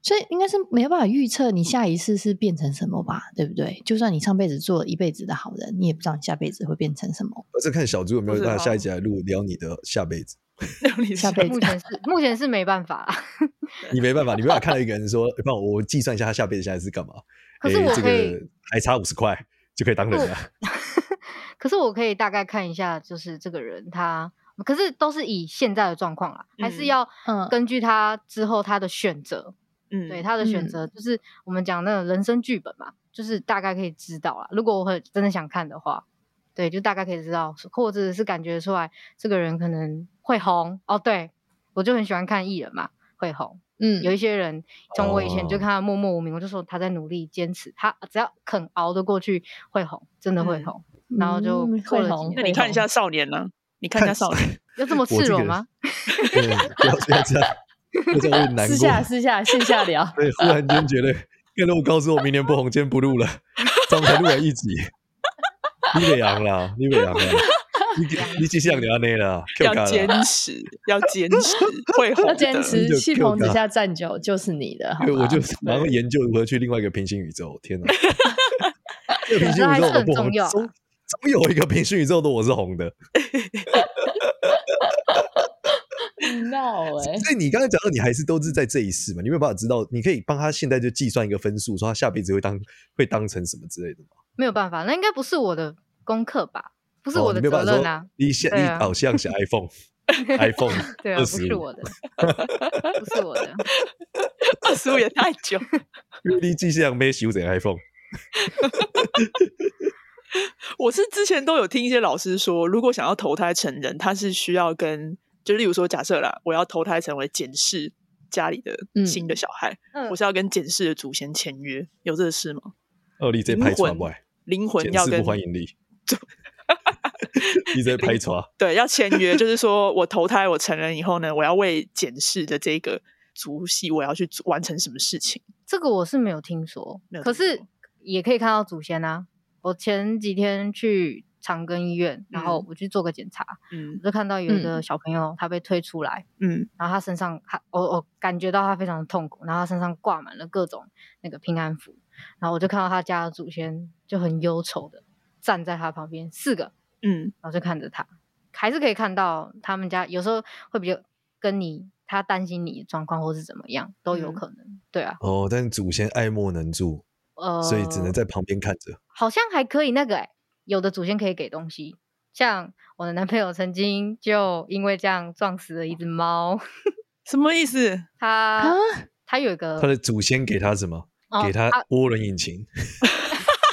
Speaker 4: 所以应该是没有办法预测你下一次是变成什么吧，对不对？就算你上辈子做了一辈子的好人，你也不知道你下辈子会变成什么。
Speaker 5: 我是看小猪有没有
Speaker 1: 不知
Speaker 5: 那
Speaker 1: 道
Speaker 5: 下一集来录聊你的下辈子，
Speaker 1: 那你
Speaker 4: 下
Speaker 1: 是
Speaker 4: 辈
Speaker 6: 目
Speaker 4: 子
Speaker 6: 前是目前是没办法 <laughs> 啦。
Speaker 5: 你没办法，你没办法看到一个人说，欸帮我我计算一下他下辈子现在是干嘛，
Speaker 6: 可是
Speaker 5: 欸
Speaker 6: 我
Speaker 5: 这
Speaker 6: 可以
Speaker 5: 个还差五十块就可以当人了，
Speaker 6: 可是我可以大概看一下，就是这个人他，可是都是以现在的状况啦，还是
Speaker 1: 嗯
Speaker 6: 要
Speaker 4: 嗯
Speaker 6: 根据他之后他的选择，
Speaker 1: 嗯，
Speaker 6: 对他的选
Speaker 4: 嗯
Speaker 6: 择，就是我们讲那个人生剧本嘛，就是大概可以知道啦。如果我很真的想看的话，对，就大概可以知道，或者是感觉出来这个人可能会红哦。对，我就很喜欢看艺人嘛，会红。
Speaker 4: 嗯
Speaker 6: 有一些人，从我以前就
Speaker 5: 哦
Speaker 6: 看他默默无名，我就说他在努力坚持，他只要肯熬得过去，会红，真的会
Speaker 1: 嗯
Speaker 6: 红。然后就
Speaker 4: 嗯会
Speaker 6: 过了几
Speaker 4: 红
Speaker 6: 年
Speaker 1: 那你看一下少年呢、你看一下少年，
Speaker 6: 要这么
Speaker 5: 我
Speaker 6: 赤
Speaker 5: 这个
Speaker 6: 裸
Speaker 5: 人
Speaker 6: 吗？
Speaker 5: 对，不要不要这样，啊不要这样，我很难
Speaker 4: 私下
Speaker 5: 过。
Speaker 4: 私下线下聊
Speaker 5: <laughs> ，对，忽然间觉得，看到我告诉我明年不红，今天不录了，咱们才录了一集。你北洋啦，你北洋啦，你你只想聊那啦，
Speaker 1: 要
Speaker 5: Q 卡啦
Speaker 1: 坚持，要坚持，会红
Speaker 4: 要
Speaker 1: 的
Speaker 4: 坚持
Speaker 5: 就，
Speaker 4: 戏
Speaker 5: Q
Speaker 4: 棚
Speaker 5: 他
Speaker 4: 之下站久就是你的，好 <laughs>
Speaker 5: 对，我
Speaker 4: 吗
Speaker 5: 就然后研究如何去另外一个平行宇宙。天
Speaker 6: <laughs>
Speaker 5: 哪，这个平行
Speaker 6: 那
Speaker 5: 宇
Speaker 6: 还
Speaker 5: 宙我
Speaker 6: 是
Speaker 5: 都
Speaker 6: 很
Speaker 5: 不
Speaker 6: 重
Speaker 5: 红，
Speaker 6: 要啊
Speaker 5: 总总有一个平行宇宙的我是红的。
Speaker 4: 闹哎，
Speaker 5: 所以你刚才讲到，你还是都是在这一世嘛，你没有办法知道，你可以帮他现在就计算一个分数，说他下辈子会当会当成什么之类的嘛。
Speaker 6: 没有办法，那应该不是我的功课吧？不是
Speaker 5: 哦
Speaker 6: 我
Speaker 5: 你没
Speaker 6: 的
Speaker 5: 有
Speaker 6: 责
Speaker 5: 办法
Speaker 6: 任
Speaker 5: 说
Speaker 6: 啊，
Speaker 5: 你像
Speaker 6: 对
Speaker 5: 你
Speaker 6: 啊
Speaker 5: 好像是
Speaker 6: <laughs>
Speaker 5: iPhone，iPhone
Speaker 6: 对啊，
Speaker 5: 二
Speaker 6: 不
Speaker 5: 十
Speaker 6: 是
Speaker 5: 五，
Speaker 6: 我的，不是我的。
Speaker 1: 二十五也太久，
Speaker 5: 因为你迹象没修整 iPhone，
Speaker 1: 我是之前都有听一些老师说，如果想要投胎成人，他是需要跟，就例如说，假设啦，我要投胎成为简氏家里的
Speaker 4: 嗯
Speaker 1: 新的小孩，
Speaker 6: 嗯
Speaker 1: 我是要跟简氏的祖先签约，有这个事吗？
Speaker 5: 哦，你在
Speaker 1: 灵
Speaker 5: 拍船
Speaker 1: 魂
Speaker 5: 外，
Speaker 1: 灵魂
Speaker 5: 简
Speaker 1: 要
Speaker 5: 直
Speaker 1: 跟
Speaker 5: 不欢迎
Speaker 6: <laughs>
Speaker 5: 你。你在拍船，
Speaker 1: 对要签约， <laughs> 就是说我投胎我成人以后呢，我要为简氏的这个族系，我要去做完成什么事情？
Speaker 6: 这个我是没有听说
Speaker 1: 没有，
Speaker 6: 可
Speaker 1: 听
Speaker 6: 是
Speaker 1: 说
Speaker 6: 也可以看到祖先啊。我前几天去长庚医院，然后
Speaker 1: 嗯
Speaker 6: 我去做个检查，
Speaker 1: 嗯
Speaker 6: 我就看到有一
Speaker 4: 嗯
Speaker 6: 个小朋友他被推出来，
Speaker 1: 嗯
Speaker 6: 然后他身上他我我感觉到他非常的痛苦，然后他身上挂满了各种那个平安符，然后我就看到他家的祖先就很忧愁的站在他旁边，四个
Speaker 1: 嗯
Speaker 6: 然后就看着他，还是可以看到他们家有时候会比较跟你，他担心你的状况或是怎么样都有
Speaker 1: 嗯
Speaker 6: 可能，对啊，
Speaker 5: 哦，但是祖先爱莫能助，
Speaker 6: 呃，
Speaker 5: 所以只能在旁边看着。
Speaker 6: 好像还可以那个、欸，有的祖先可以给东西，像我的男朋友曾经就因为这样撞死了一只猫，
Speaker 1: 什么意思？
Speaker 4: 啊
Speaker 6: 他他有一个
Speaker 5: 他的祖先给他什么？
Speaker 6: 哦
Speaker 5: 给他涡轮引
Speaker 6: <laughs>
Speaker 5: 擎，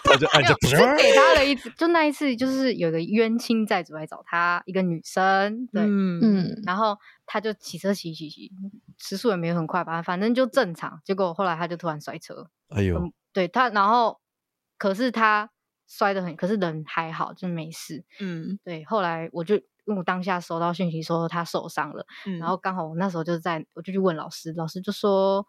Speaker 5: 他就按
Speaker 6: 没
Speaker 5: 着
Speaker 6: 有，只是给他了一次，就那一次，就是有个冤亲债主来找他，一个女生，对，
Speaker 1: 嗯
Speaker 4: 嗯，
Speaker 6: 然后他就骑车骑骑骑，时速也没有很快吧，反正就正常。结果后来他就突然摔车，
Speaker 5: 哎呦，
Speaker 6: 对他，然后可是他摔得很，可是人还好，就没事。
Speaker 1: 嗯
Speaker 6: 对，后来我就因为我当下收到讯息说他受伤了，
Speaker 1: 嗯，
Speaker 6: 然后刚好我那时候就在，我就去问老师，老师就说，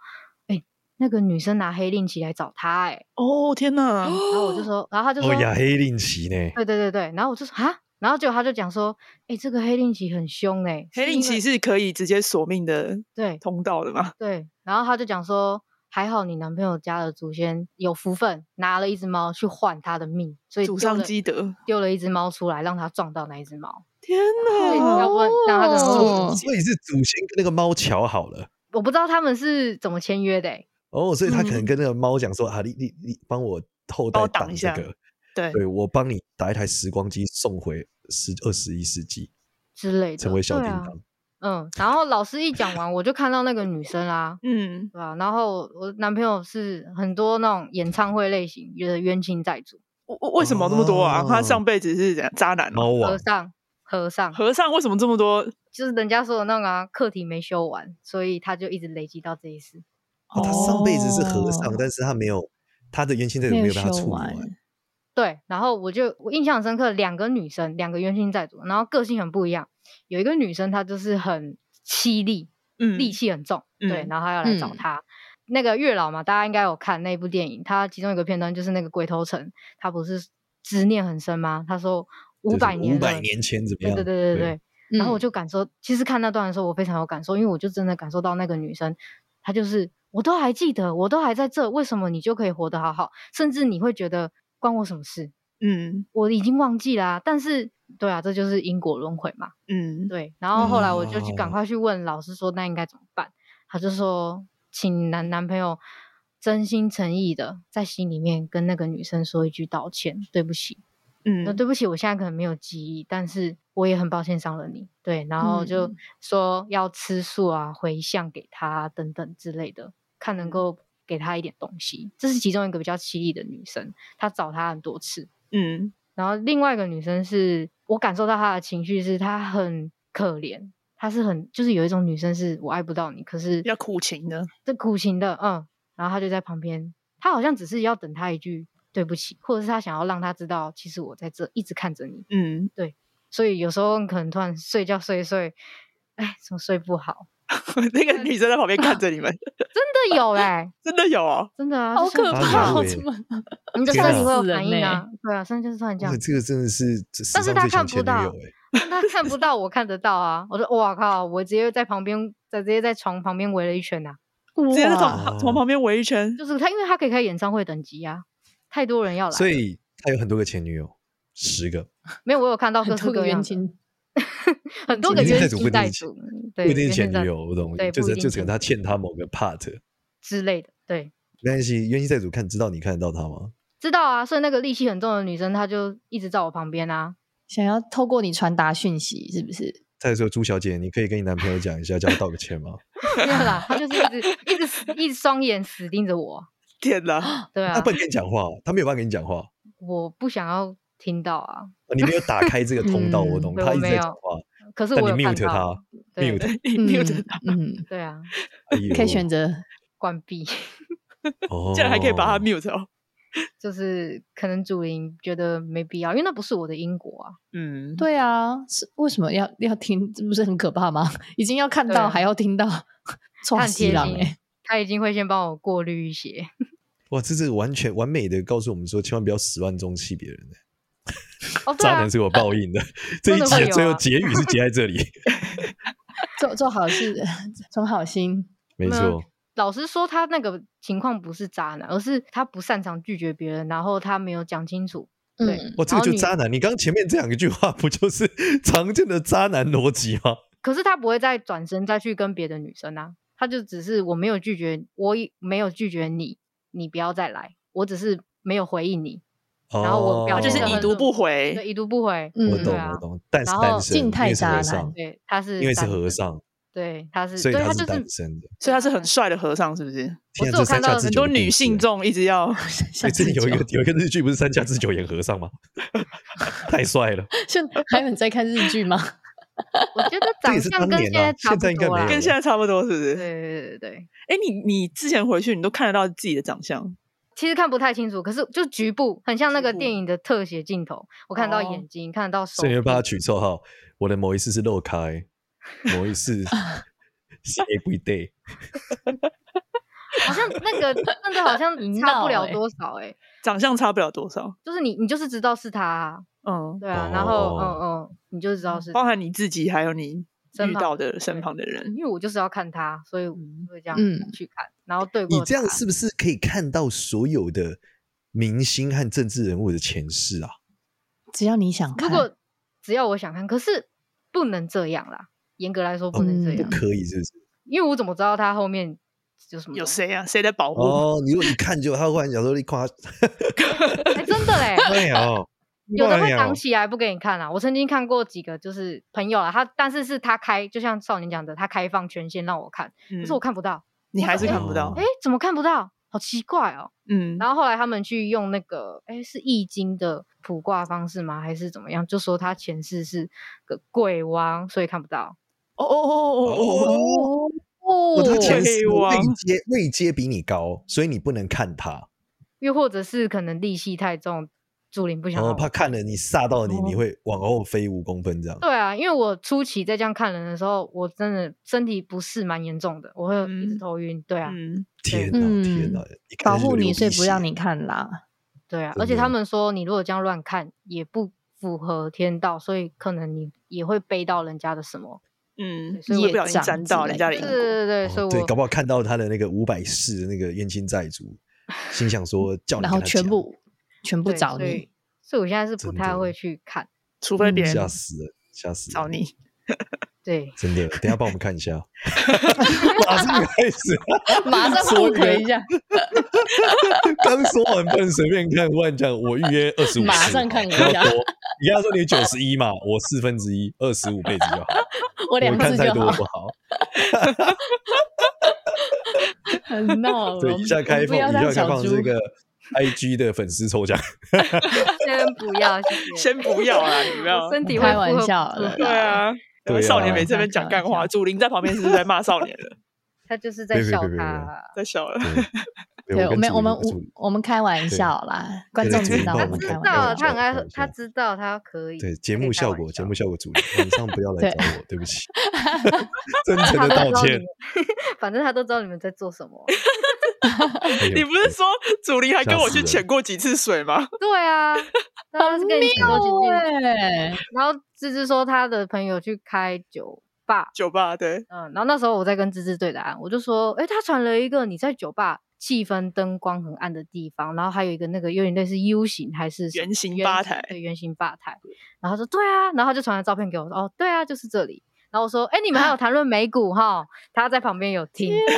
Speaker 6: 哎、那个女生拿黑令旗来找他、哎，
Speaker 1: 哦天哪，
Speaker 6: 然后我就说，然后他就说，
Speaker 5: 哦，亚黑令旗呢？
Speaker 6: 对对对对，然后我就说啊，然后结果他就讲说，哎、这个黑令旗很凶哎、
Speaker 1: 黑
Speaker 6: 是
Speaker 1: 令
Speaker 6: 因为
Speaker 1: 旗是可以直接索命的
Speaker 6: 对
Speaker 1: 通道的吗？
Speaker 6: 对，然后他就讲说，还好你男朋友家的祖先有福分，拿了一只猫去换他的命，所以
Speaker 1: 祖
Speaker 6: 丢
Speaker 1: 上
Speaker 6: 了
Speaker 1: 积德，
Speaker 6: 丢了一只猫出来，让他撞到那一只猫，
Speaker 1: 天
Speaker 6: 所以
Speaker 1: 哪！
Speaker 6: 要问，那他可能会
Speaker 4: 哦
Speaker 5: 所以是祖先跟那个猫瞧好了。
Speaker 6: 我不知道他们是怎么签约的、欸，
Speaker 5: 哦，所以他可能
Speaker 1: 嗯
Speaker 5: 跟那个猫讲说、啊，你你你帮我后
Speaker 1: 帮
Speaker 5: 代
Speaker 1: 我挡一
Speaker 5: 这
Speaker 1: 下
Speaker 5: 个，
Speaker 1: 对，
Speaker 5: 对我帮你打一台时光机送回十二十一世纪，
Speaker 6: 之类的，
Speaker 5: 成为小
Speaker 6: 对
Speaker 5: 叮
Speaker 6: 啊
Speaker 5: 当。
Speaker 6: 嗯，然后老师一讲完，我就看到那个女生啦、
Speaker 1: 嗯，
Speaker 6: 对啊吧？然后我男朋友是很多那种演唱会类型，就是冤亲债主，
Speaker 1: 为为为什么那么多啊？他
Speaker 5: 哦
Speaker 1: 上辈子是怎样渣男吗？
Speaker 5: 猫
Speaker 6: 和
Speaker 5: 王
Speaker 6: 尚，和尚，
Speaker 1: 和尚为什么这么多？
Speaker 6: 就是人家说的那个啊课题没修完，所以他就一直累积到这一世。
Speaker 5: 哦，他上辈子是和尚，
Speaker 4: 哦
Speaker 5: 但是他没有他的冤亲债主没有被他
Speaker 4: 修
Speaker 5: 处理
Speaker 4: 完，
Speaker 5: 完。
Speaker 6: 对，然后我就我印象很深刻，两个女生，两个冤亲债主，然后个性很不一样。有一个女生她就是很凄厉，
Speaker 1: 嗯，
Speaker 6: 戾气很重，对
Speaker 1: 嗯，
Speaker 6: 然后她要来找
Speaker 4: 嗯
Speaker 6: 他。那个月老嘛，大家应该有看那部电影，它其中有个片段就是那个鬼头城，他不是执念很深吗？他说五百年
Speaker 5: 五百
Speaker 6: 了
Speaker 5: 年前怎么
Speaker 6: 对
Speaker 5: 样？
Speaker 6: 对对对对。然后我
Speaker 4: 嗯
Speaker 6: 就感受，其实看那段的时候，我非常有感受，因为我就真的感受到那个女生，她就是我都还记得，我都还在这，为什么你就可以活得好好？甚至你会觉得关我什么事？
Speaker 1: 嗯
Speaker 6: 我已经忘记啦、但是，对啊，这就是因果轮回嘛。
Speaker 1: 嗯，
Speaker 6: 对。然后后来我就去赶快去问老师说，那应该怎么办？他就说，请男男朋友真心诚意的在心里面跟那个女生说一句道歉，对不起，
Speaker 1: 嗯
Speaker 6: 那对不起，我现在可能没有记忆，但是我也很抱歉伤了你。对，然后就
Speaker 1: 嗯
Speaker 6: 说要吃素啊，回向给他等等之类的，
Speaker 1: 嗯
Speaker 6: 看能够给他一点东西。这是其中一个比较犀利的女生，她找他很多次。
Speaker 1: 嗯
Speaker 6: 然后另外一个女生是我感受到她的情绪是她很可怜，她是很就是有一种女生是我爱不到你，可是
Speaker 1: 要苦情的，
Speaker 6: 这苦情的，嗯，然后她就在旁边，她好像只是要等他一句对不起，或者是她想要让他知道，其实我在这一直看着你。
Speaker 1: 嗯， <laughs>
Speaker 6: 所以有时候可能突然睡觉睡一睡，哎，怎么睡不好？
Speaker 1: 那个女生在旁边看着
Speaker 6: <laughs>
Speaker 1: 你们，
Speaker 2: <laughs>
Speaker 6: 真的有哎、
Speaker 1: 真的有哦，
Speaker 6: 真的啊，
Speaker 2: 好
Speaker 6: 就像
Speaker 2: 可
Speaker 5: 八
Speaker 2: 怕
Speaker 5: 角
Speaker 2: 哦！
Speaker 5: 味
Speaker 2: 怎么？
Speaker 6: 我们的身
Speaker 5: 天啊
Speaker 6: 体会有
Speaker 4: 死人
Speaker 6: 反应
Speaker 4: 呢
Speaker 2: 欸
Speaker 6: 啊，对啊，身体就是突然这样
Speaker 5: 哇，这个真的是这史
Speaker 6: 但是
Speaker 5: 上
Speaker 6: 他
Speaker 5: 最强
Speaker 6: 看不
Speaker 5: 前女
Speaker 6: 到
Speaker 5: 友哎、
Speaker 6: <laughs> 但他看不到，我看得到啊！我说哇靠，我直接在旁边，在直接在床旁边围了一圈呐、
Speaker 1: 直接在
Speaker 4: 哇
Speaker 1: 从从旁边围一圈，
Speaker 6: 就是他，因为他可以开演唱会等级啊，太多人要来了，
Speaker 5: 所以他有很多个前女友，十个，
Speaker 6: 没有我有看到各
Speaker 4: 很
Speaker 6: 式
Speaker 4: 多
Speaker 6: 各
Speaker 4: 个
Speaker 6: 样
Speaker 4: 冤
Speaker 6: 的，
Speaker 4: 亲，
Speaker 6: 很多个
Speaker 5: 冤亲
Speaker 6: 冤
Speaker 5: 债主不
Speaker 6: 亲
Speaker 5: 一定
Speaker 6: 债
Speaker 5: 是
Speaker 6: 主，嗯对，
Speaker 5: 不一定哦
Speaker 6: 冤
Speaker 5: 是
Speaker 6: 亲
Speaker 5: 前
Speaker 6: 债
Speaker 5: 女友，我懂
Speaker 6: 对，，
Speaker 5: 就
Speaker 6: 不一
Speaker 5: 是
Speaker 6: 定
Speaker 5: 就只可能他
Speaker 6: 前女
Speaker 5: 欠他某个 part，
Speaker 6: 之类的，对，
Speaker 5: 没关系，冤亲债主看知道你看得到他吗？
Speaker 6: 知道啊。所以那个戾气很重的女生，她就一直在我旁边啊， <laughs>
Speaker 4: 想要透过你传达讯息，是不是？
Speaker 5: 再说朱小姐，你可以跟你男朋友讲一下，叫他道个歉吗？
Speaker 6: 没有啦，她就是一直一直死一直双眼死盯着我，
Speaker 1: 天哪，
Speaker 6: <laughs> 对
Speaker 5: 他
Speaker 6: 啊
Speaker 5: 不，能跟你讲话，他没有办法跟你讲话，
Speaker 6: 我不想要听到啊，
Speaker 5: 你没有打开这个通
Speaker 6: <laughs>
Speaker 5: 道，
Speaker 4: 嗯
Speaker 5: 我懂，
Speaker 6: 对
Speaker 5: 他一
Speaker 6: 我
Speaker 5: 直
Speaker 6: 没
Speaker 5: 在
Speaker 6: 有
Speaker 5: 讲话，
Speaker 6: 可是
Speaker 5: 但
Speaker 6: 我
Speaker 5: 你
Speaker 6: 有看
Speaker 5: mute
Speaker 6: 到
Speaker 5: 他，
Speaker 6: 对
Speaker 5: mute，
Speaker 1: 你 mute
Speaker 4: 嗯
Speaker 1: 他，
Speaker 5: <laughs>
Speaker 4: 嗯，
Speaker 6: 对啊，
Speaker 5: 哎呦
Speaker 4: 可以选择
Speaker 6: 关闭。
Speaker 1: <laughs>
Speaker 5: 哦，
Speaker 1: 竟然还可以把他 mute 哦，
Speaker 6: 就是可能主灵觉得没必要，因为那不是我的因果啊。
Speaker 1: 嗯，
Speaker 4: 对啊，是为什么要要听？这不是很可怕吗？ <laughs> 已经要看
Speaker 6: 对
Speaker 4: 到，
Speaker 6: 啊
Speaker 4: 还要听到， <laughs>
Speaker 6: 他
Speaker 4: 撞
Speaker 6: 很
Speaker 4: 西
Speaker 6: 贴
Speaker 4: 郎
Speaker 6: 心
Speaker 4: 哎，
Speaker 6: 他已经会先帮我过滤一些，
Speaker 5: 哇，这是完全完美的告诉我们说，千万不要始乱终弃别人、欸。
Speaker 6: 哦，对
Speaker 5: 渣
Speaker 6: 啊
Speaker 5: 男，是有报应的，这一
Speaker 6: <laughs> 真的
Speaker 5: 集
Speaker 6: 会
Speaker 5: 的
Speaker 6: 有
Speaker 5: 最后
Speaker 6: 啊
Speaker 5: 结语是结在这里，
Speaker 4: 做做好事， <laughs> 存好心，
Speaker 6: <laughs>
Speaker 5: 没
Speaker 6: 那
Speaker 5: 错。
Speaker 6: 老实说，他那个情况不是渣男，而是他不擅长拒绝别人，然后他没有讲清楚。对
Speaker 5: <laughs>
Speaker 4: 嗯，
Speaker 5: 哇，这个
Speaker 6: 然后
Speaker 5: 就
Speaker 6: 你
Speaker 5: 渣男！你刚刚前面这两句话不就是 <laughs> 常见的渣男逻辑吗？
Speaker 6: 可是他不会再转身再去跟别的女生啊，他就只是我没有拒绝，我也没有拒绝你，你不要再来，我只是没有回应你，然后我表
Speaker 1: 他
Speaker 5: 哦
Speaker 1: 就是
Speaker 6: 现得
Speaker 1: 已
Speaker 6: 很
Speaker 1: 读
Speaker 6: 冷
Speaker 1: 不
Speaker 6: 对，
Speaker 1: 回，
Speaker 6: 已读不回。
Speaker 4: 嗯
Speaker 5: 我
Speaker 6: 对
Speaker 5: 懂，
Speaker 6: 啊
Speaker 5: 我懂，但是
Speaker 6: 然后
Speaker 5: 单身，
Speaker 4: 静态
Speaker 5: 因为是
Speaker 4: 渣
Speaker 5: 和
Speaker 4: 男
Speaker 5: 尚，
Speaker 6: 对，他是
Speaker 5: 因为是
Speaker 6: 单
Speaker 5: 和
Speaker 6: 身，
Speaker 5: 尚，
Speaker 6: 对，他是，
Speaker 5: 所以
Speaker 6: 对
Speaker 5: 他
Speaker 6: 就是
Speaker 5: 单
Speaker 6: 是
Speaker 5: 身的。
Speaker 1: 所以他是很帅的和尚，是不是？
Speaker 5: 天啊，
Speaker 6: 是有
Speaker 5: 这三
Speaker 6: 看
Speaker 5: 下
Speaker 6: 到
Speaker 5: 之
Speaker 1: 很
Speaker 5: 久
Speaker 1: 多
Speaker 5: 的故
Speaker 1: 女
Speaker 5: 事
Speaker 1: 性
Speaker 5: 欸
Speaker 1: 众一直要，
Speaker 5: 哎，
Speaker 4: 像
Speaker 5: 这里有一
Speaker 4: 自
Speaker 5: 个
Speaker 4: 救
Speaker 5: 有一个日剧，不是三家之久演和尚吗？ <laughs> 太帅了！
Speaker 4: 现还有你在看日剧吗？
Speaker 6: 我觉得
Speaker 5: <laughs> 这也
Speaker 6: 长
Speaker 5: 是
Speaker 6: 相
Speaker 5: 当
Speaker 6: 跟
Speaker 5: 年
Speaker 6: 现
Speaker 5: 啊
Speaker 6: 在差
Speaker 5: 现
Speaker 6: 不
Speaker 5: 在应该
Speaker 6: 多
Speaker 5: 没
Speaker 6: 啦
Speaker 5: 有。
Speaker 1: 跟现在差不多，是不是？
Speaker 6: 对对对对，
Speaker 1: 哎，你你之前回去你都看得到自己的长相，
Speaker 6: 其实看不太清楚，可是就局部很像那
Speaker 1: 局
Speaker 6: 个
Speaker 1: 部
Speaker 6: 电影的特写镜头，我看到
Speaker 1: 哦
Speaker 6: 眼睛，看得到手
Speaker 5: 所以
Speaker 6: 臂，
Speaker 5: 你会帮他取绰号。我的某一次是漏开，某一次
Speaker 6: <laughs>
Speaker 5: 是 every day。
Speaker 6: 好像那个真的好像
Speaker 4: 你
Speaker 6: 差
Speaker 4: 闹
Speaker 6: 不了
Speaker 4: 欸
Speaker 6: 多少哎、
Speaker 1: 长相差不了多少，
Speaker 6: 就是你你就是知道是他啊、
Speaker 1: 嗯，
Speaker 6: 对啊，然后
Speaker 5: 哦
Speaker 6: 嗯嗯，你就知道是
Speaker 1: 包
Speaker 6: 他，
Speaker 1: 含你自己，还有你
Speaker 6: 身
Speaker 1: 遇
Speaker 6: 旁
Speaker 1: 到
Speaker 6: 的
Speaker 1: 的身
Speaker 6: 对
Speaker 1: 旁的人，
Speaker 6: 因为我就是要看他，所以我就会这样
Speaker 4: 嗯
Speaker 6: 去看，然后对过
Speaker 5: 你这样
Speaker 6: 他
Speaker 5: 是不是可以看到所有的明星和政治人物的前世啊？
Speaker 4: 只要你想看，
Speaker 6: 如果只要我想看，可是不能这样啦，严格来说不能这
Speaker 4: 嗯
Speaker 6: 样，
Speaker 5: 可以是不是？
Speaker 6: 因为我怎么知道他后面有什么
Speaker 1: 有
Speaker 6: 东西
Speaker 1: 谁啊？谁在保护？
Speaker 5: 哦，你如果一看就他忽然讲说你夸，，
Speaker 6: 哎、真的嘞
Speaker 5: 哎呀哦，
Speaker 6: 有的
Speaker 5: 哎
Speaker 6: 会
Speaker 5: 呀
Speaker 6: 挡起来不给你看啊。我曾经看过几个，就是朋友啊，他但是是他开，就像少年讲的，他开放权限让我看，可
Speaker 1: 嗯
Speaker 6: 是我看不到。
Speaker 1: 你还是
Speaker 6: 哎
Speaker 1: 看不到
Speaker 5: 哦，
Speaker 6: 哎、怎么看不到？好奇怪哦。
Speaker 1: 嗯，
Speaker 6: 然后后来他们去用那个，哎，是易经的卜卦方式吗？还是怎么样？就说他前世是个鬼王，所以看不到。
Speaker 1: 哦哦哦哦哦哦，
Speaker 4: 哦
Speaker 5: 哦，他前
Speaker 1: 会
Speaker 5: 世
Speaker 1: 哇
Speaker 5: 位阶位阶比你高，所以你不能看他，
Speaker 6: 又或者是可能戾气太重，主灵不想
Speaker 5: 然
Speaker 6: 让
Speaker 5: 后
Speaker 6: 我
Speaker 5: 哦怕看了你吓到你，
Speaker 1: 哦
Speaker 5: 你会往后飞五公分这样。
Speaker 6: 对啊，因为我初期在这样看人的时候，我真的身体不适蛮严重的，我会一直
Speaker 1: 嗯
Speaker 6: 头晕。对啊，
Speaker 1: 嗯，
Speaker 5: 天哪，
Speaker 4: 嗯
Speaker 5: 天哪！一看
Speaker 4: 保
Speaker 5: 就
Speaker 4: 护
Speaker 5: 流
Speaker 4: 你，
Speaker 5: 鼻
Speaker 4: 所以不
Speaker 5: 血
Speaker 4: 让你看啦。
Speaker 6: 对啊，
Speaker 5: 真
Speaker 6: 而且
Speaker 5: 的
Speaker 6: 他们说你如果这样乱看，也不符合天道，所以可能你也会背到人家的什么。
Speaker 1: 嗯，
Speaker 6: 所以
Speaker 1: 也
Speaker 6: 我
Speaker 1: 不小心沾到人家的
Speaker 4: 业
Speaker 1: 因
Speaker 6: 对
Speaker 4: 障
Speaker 6: 对
Speaker 1: 果，
Speaker 4: 之类
Speaker 6: 对对，所
Speaker 5: 哦
Speaker 6: 以我
Speaker 5: 对，搞不好看到他的那个五百世的那个冤亲债主，心想说叫你
Speaker 4: 然后
Speaker 5: 跟他
Speaker 4: 全
Speaker 5: 讲
Speaker 4: 部全部
Speaker 6: 对
Speaker 4: 找
Speaker 6: 所
Speaker 4: 你
Speaker 6: 以，所以我现在是不
Speaker 5: 真
Speaker 6: 太
Speaker 5: 的
Speaker 6: 会去看。
Speaker 1: 除非别
Speaker 5: 嗯吓
Speaker 1: 人
Speaker 5: 死了，吓死了
Speaker 1: 找你，
Speaker 6: 对，
Speaker 5: 真的，等一下帮我们看一下， <laughs> 马上开始。
Speaker 4: 马上
Speaker 5: 说
Speaker 4: 互
Speaker 5: 一个
Speaker 4: 推一下，
Speaker 5: <laughs> 刚说完不能随便看，突然讲我预约二十五，
Speaker 4: 马上看一下
Speaker 5: 不要多。你刚刚说你九十一嘛，我四分之一，二十五辈子就好。
Speaker 4: 我两
Speaker 5: 我看
Speaker 4: 次
Speaker 5: 太
Speaker 4: 就
Speaker 5: 多
Speaker 4: 好，
Speaker 5: 不好。
Speaker 4: 很闹。
Speaker 5: 对，一下开
Speaker 4: 不
Speaker 5: 放，
Speaker 4: 要
Speaker 5: 一下
Speaker 4: 当
Speaker 5: 开
Speaker 4: 小
Speaker 5: 放
Speaker 4: 猪
Speaker 5: 这。个 IG 的粉
Speaker 4: <laughs>
Speaker 5: 丝抽奖。
Speaker 6: 先不要，谢谢。
Speaker 1: 先不要啦，你不要
Speaker 6: 我。身体会
Speaker 4: 开
Speaker 6: 负
Speaker 4: 玩
Speaker 6: 荷
Speaker 4: 笑
Speaker 6: 不住
Speaker 4: 了
Speaker 1: 对啊，
Speaker 5: 对啊
Speaker 1: 少年每次在那边讲干
Speaker 4: 开
Speaker 1: 话，
Speaker 4: 玩笑
Speaker 1: 祖林在旁边是不是在骂少年了？
Speaker 6: 他就是在
Speaker 5: 别别
Speaker 6: 笑
Speaker 5: 别别别
Speaker 6: 他。
Speaker 1: 在笑了。
Speaker 4: 对，我
Speaker 5: 跟
Speaker 4: 们
Speaker 5: 主
Speaker 4: 我们
Speaker 5: 我跟主
Speaker 4: 我我们开玩笑啦，观众知道
Speaker 5: 对
Speaker 4: 我
Speaker 6: 他
Speaker 5: 对
Speaker 4: 们
Speaker 6: 知
Speaker 4: 开
Speaker 6: 道，
Speaker 4: 玩笑。
Speaker 5: 开
Speaker 6: 他
Speaker 5: 玩
Speaker 6: 很
Speaker 5: 笑
Speaker 6: 爱喝，他知道他可以。
Speaker 5: 对
Speaker 6: 他
Speaker 5: 节
Speaker 6: 可以
Speaker 5: 目
Speaker 6: 开
Speaker 5: 效
Speaker 6: 玩
Speaker 5: 果，节
Speaker 6: 笑
Speaker 5: 目效果主
Speaker 4: <laughs>
Speaker 5: 理，晚上不要来
Speaker 4: 对
Speaker 5: 找我，对
Speaker 4: <laughs>
Speaker 5: 不起，真诚的
Speaker 6: 他都
Speaker 5: 道
Speaker 6: 知道你
Speaker 5: 歉
Speaker 6: 们。， <laughs> 反正他都知道你们在做什么。
Speaker 5: 哎呦
Speaker 1: 你不是说祖林还跟我
Speaker 5: 吓
Speaker 1: 去
Speaker 5: 死人
Speaker 1: 潜过几次水吗？
Speaker 6: 对
Speaker 5: <laughs>
Speaker 6: 啊，他是跟你说几句，
Speaker 4: 对，
Speaker 6: 然后芝芝说他的朋友去开酒吧，
Speaker 1: 酒吧对，
Speaker 6: 嗯，然后那时候我在跟芝芝对答案，我就说，哎、他传了一个你在酒吧气氛灯光很暗的地方，然后还有一个那个有点类似 U 型还是什么
Speaker 1: 圆形吧台
Speaker 6: 对，圆形吧台。然后他说对啊，然后他就传了照片给我，说哦，对啊，就是这里。然后我说，哎、你
Speaker 1: <laughs>
Speaker 6: 们还有谈论美股哈？他在旁边有听到，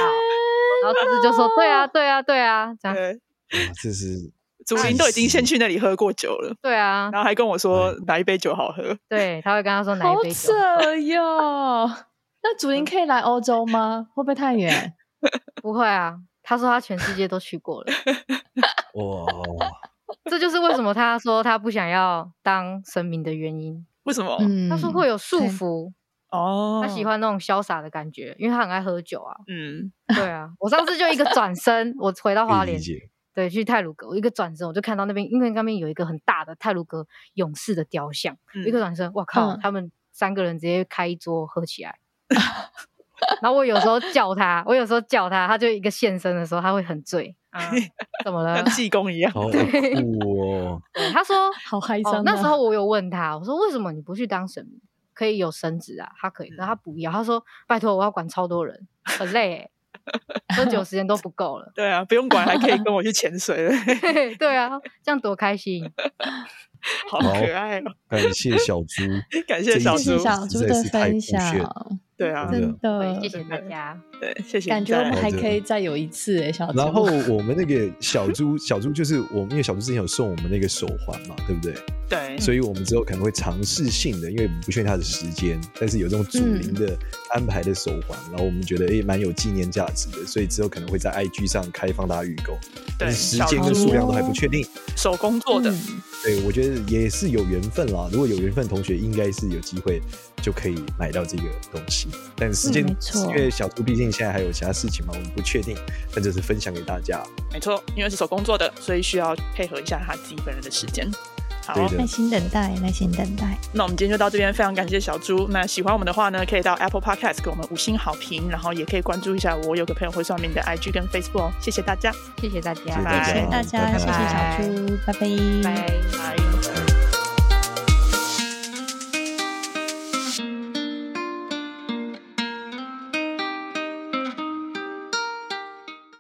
Speaker 6: 然后芝芝就说，对啊，对啊，对啊，哎这样，
Speaker 1: 对，
Speaker 5: 哎哇这是
Speaker 1: 祖林都已经先去那里喝过酒了，
Speaker 6: 对啊，
Speaker 1: 然后还跟我说哪一杯酒好喝。
Speaker 6: 对，他会跟他说哪
Speaker 4: 好
Speaker 6: 一杯酒。
Speaker 4: 扯哟。那主林可以来欧洲吗？会不会太远？
Speaker 6: 不会啊，他说他全世界都去过了，
Speaker 5: 哇，
Speaker 6: 这就是为什么他说他不想要当神明的原因。
Speaker 1: 为什么？
Speaker 4: 嗯，
Speaker 6: 他说会有束
Speaker 4: 对
Speaker 6: 缚，
Speaker 1: 哦，
Speaker 6: 他喜。欢那种潇洒的感觉，因为他很爱喝酒
Speaker 1: <laughs>
Speaker 6: 啊。
Speaker 1: 嗯，
Speaker 6: 对啊，我上次就一个转身，我回到花
Speaker 5: 可以
Speaker 6: 莲
Speaker 5: 理，解，
Speaker 6: 对，去泰鲁阁，我一个转身我就看到那边，因为那边有一个很大的泰鲁阁勇士的雕像，
Speaker 1: 嗯
Speaker 6: 一个转身，哇靠，
Speaker 4: 嗯
Speaker 6: 他们三个人直接开一桌喝起来。然后我有时候叫他，我有时候叫他，他就一个现身的时候，他会很醉啊，怎么了
Speaker 1: 像？济公一样。。
Speaker 5: 好酷哦，
Speaker 6: 对他说
Speaker 4: 好嗨
Speaker 6: 哦
Speaker 4: 桑，
Speaker 6: 那时候我有问他，我说为什么你不去当神明？可以有神职啊，他可以，但他不要。他说拜托，我要管超多人，很累、欸，喝酒时间都不够了 <laughs>
Speaker 1: 对啊，不用管，还可以跟我去潜水了， <laughs>
Speaker 6: 对啊，这样多开心！
Speaker 1: 好可爱哦！
Speaker 5: 感谢小猪，
Speaker 1: 感
Speaker 5: 这
Speaker 1: 谢
Speaker 5: 一
Speaker 1: 小
Speaker 5: 集
Speaker 1: 猪
Speaker 5: 实，
Speaker 4: 小猪
Speaker 5: 在
Speaker 4: 的
Speaker 5: 是太
Speaker 4: 分
Speaker 5: 酷炫
Speaker 4: 享，
Speaker 1: 对啊，
Speaker 5: 真的
Speaker 4: 真的
Speaker 6: 对，谢谢大家。
Speaker 1: 对，谢谢你
Speaker 4: 感觉我
Speaker 1: 带
Speaker 4: 们
Speaker 1: 来。
Speaker 4: 还可以再有一次哎，小猪。
Speaker 5: 然后我们那个小猪，小猪就是我们，因为小猪之前有送我们那个手环嘛，对不对？
Speaker 1: 对，
Speaker 5: <laughs> 所以我们之后可能会尝试性的，因为我们不确定它的时间，但是有这种主灵的安排的手环，然后我们觉得诶蛮有纪念价值的，所以之后可能会在 IG 上开放大家预购，但
Speaker 1: 对
Speaker 5: 是时
Speaker 1: 小
Speaker 5: 间跟
Speaker 1: 猪
Speaker 5: 数量都还不确定。
Speaker 1: 手工做的，
Speaker 4: 嗯
Speaker 5: 对，我觉得也是有缘分啦。如果有缘分，同学应该是有机会就可以买到这个东西，但时间、
Speaker 4: 嗯没错
Speaker 5: 因为小猪毕竟现在还有其他事情嘛，我们不确定，但这是分享给大家。
Speaker 1: 没错，因为是手工做的，所以需要配合一下他自己本人的时间。好，
Speaker 5: 对的
Speaker 4: 耐心等待，耐心等待。
Speaker 1: 那我们今天就到这边，非常感谢小猪。那喜欢我们的话呢，可以到 Apple Podcast 给我们五星好评，然后也可以关注一下我有个朋友会算命的 IG 跟 Facebook 哦。谢谢大家，
Speaker 6: 谢谢大家，
Speaker 5: 谢谢
Speaker 1: 大家
Speaker 4: 谢谢大家，
Speaker 5: 拜
Speaker 4: 谢谢小
Speaker 6: 拜
Speaker 4: 猪，拜拜，
Speaker 6: 拜。
Speaker 1: 拜。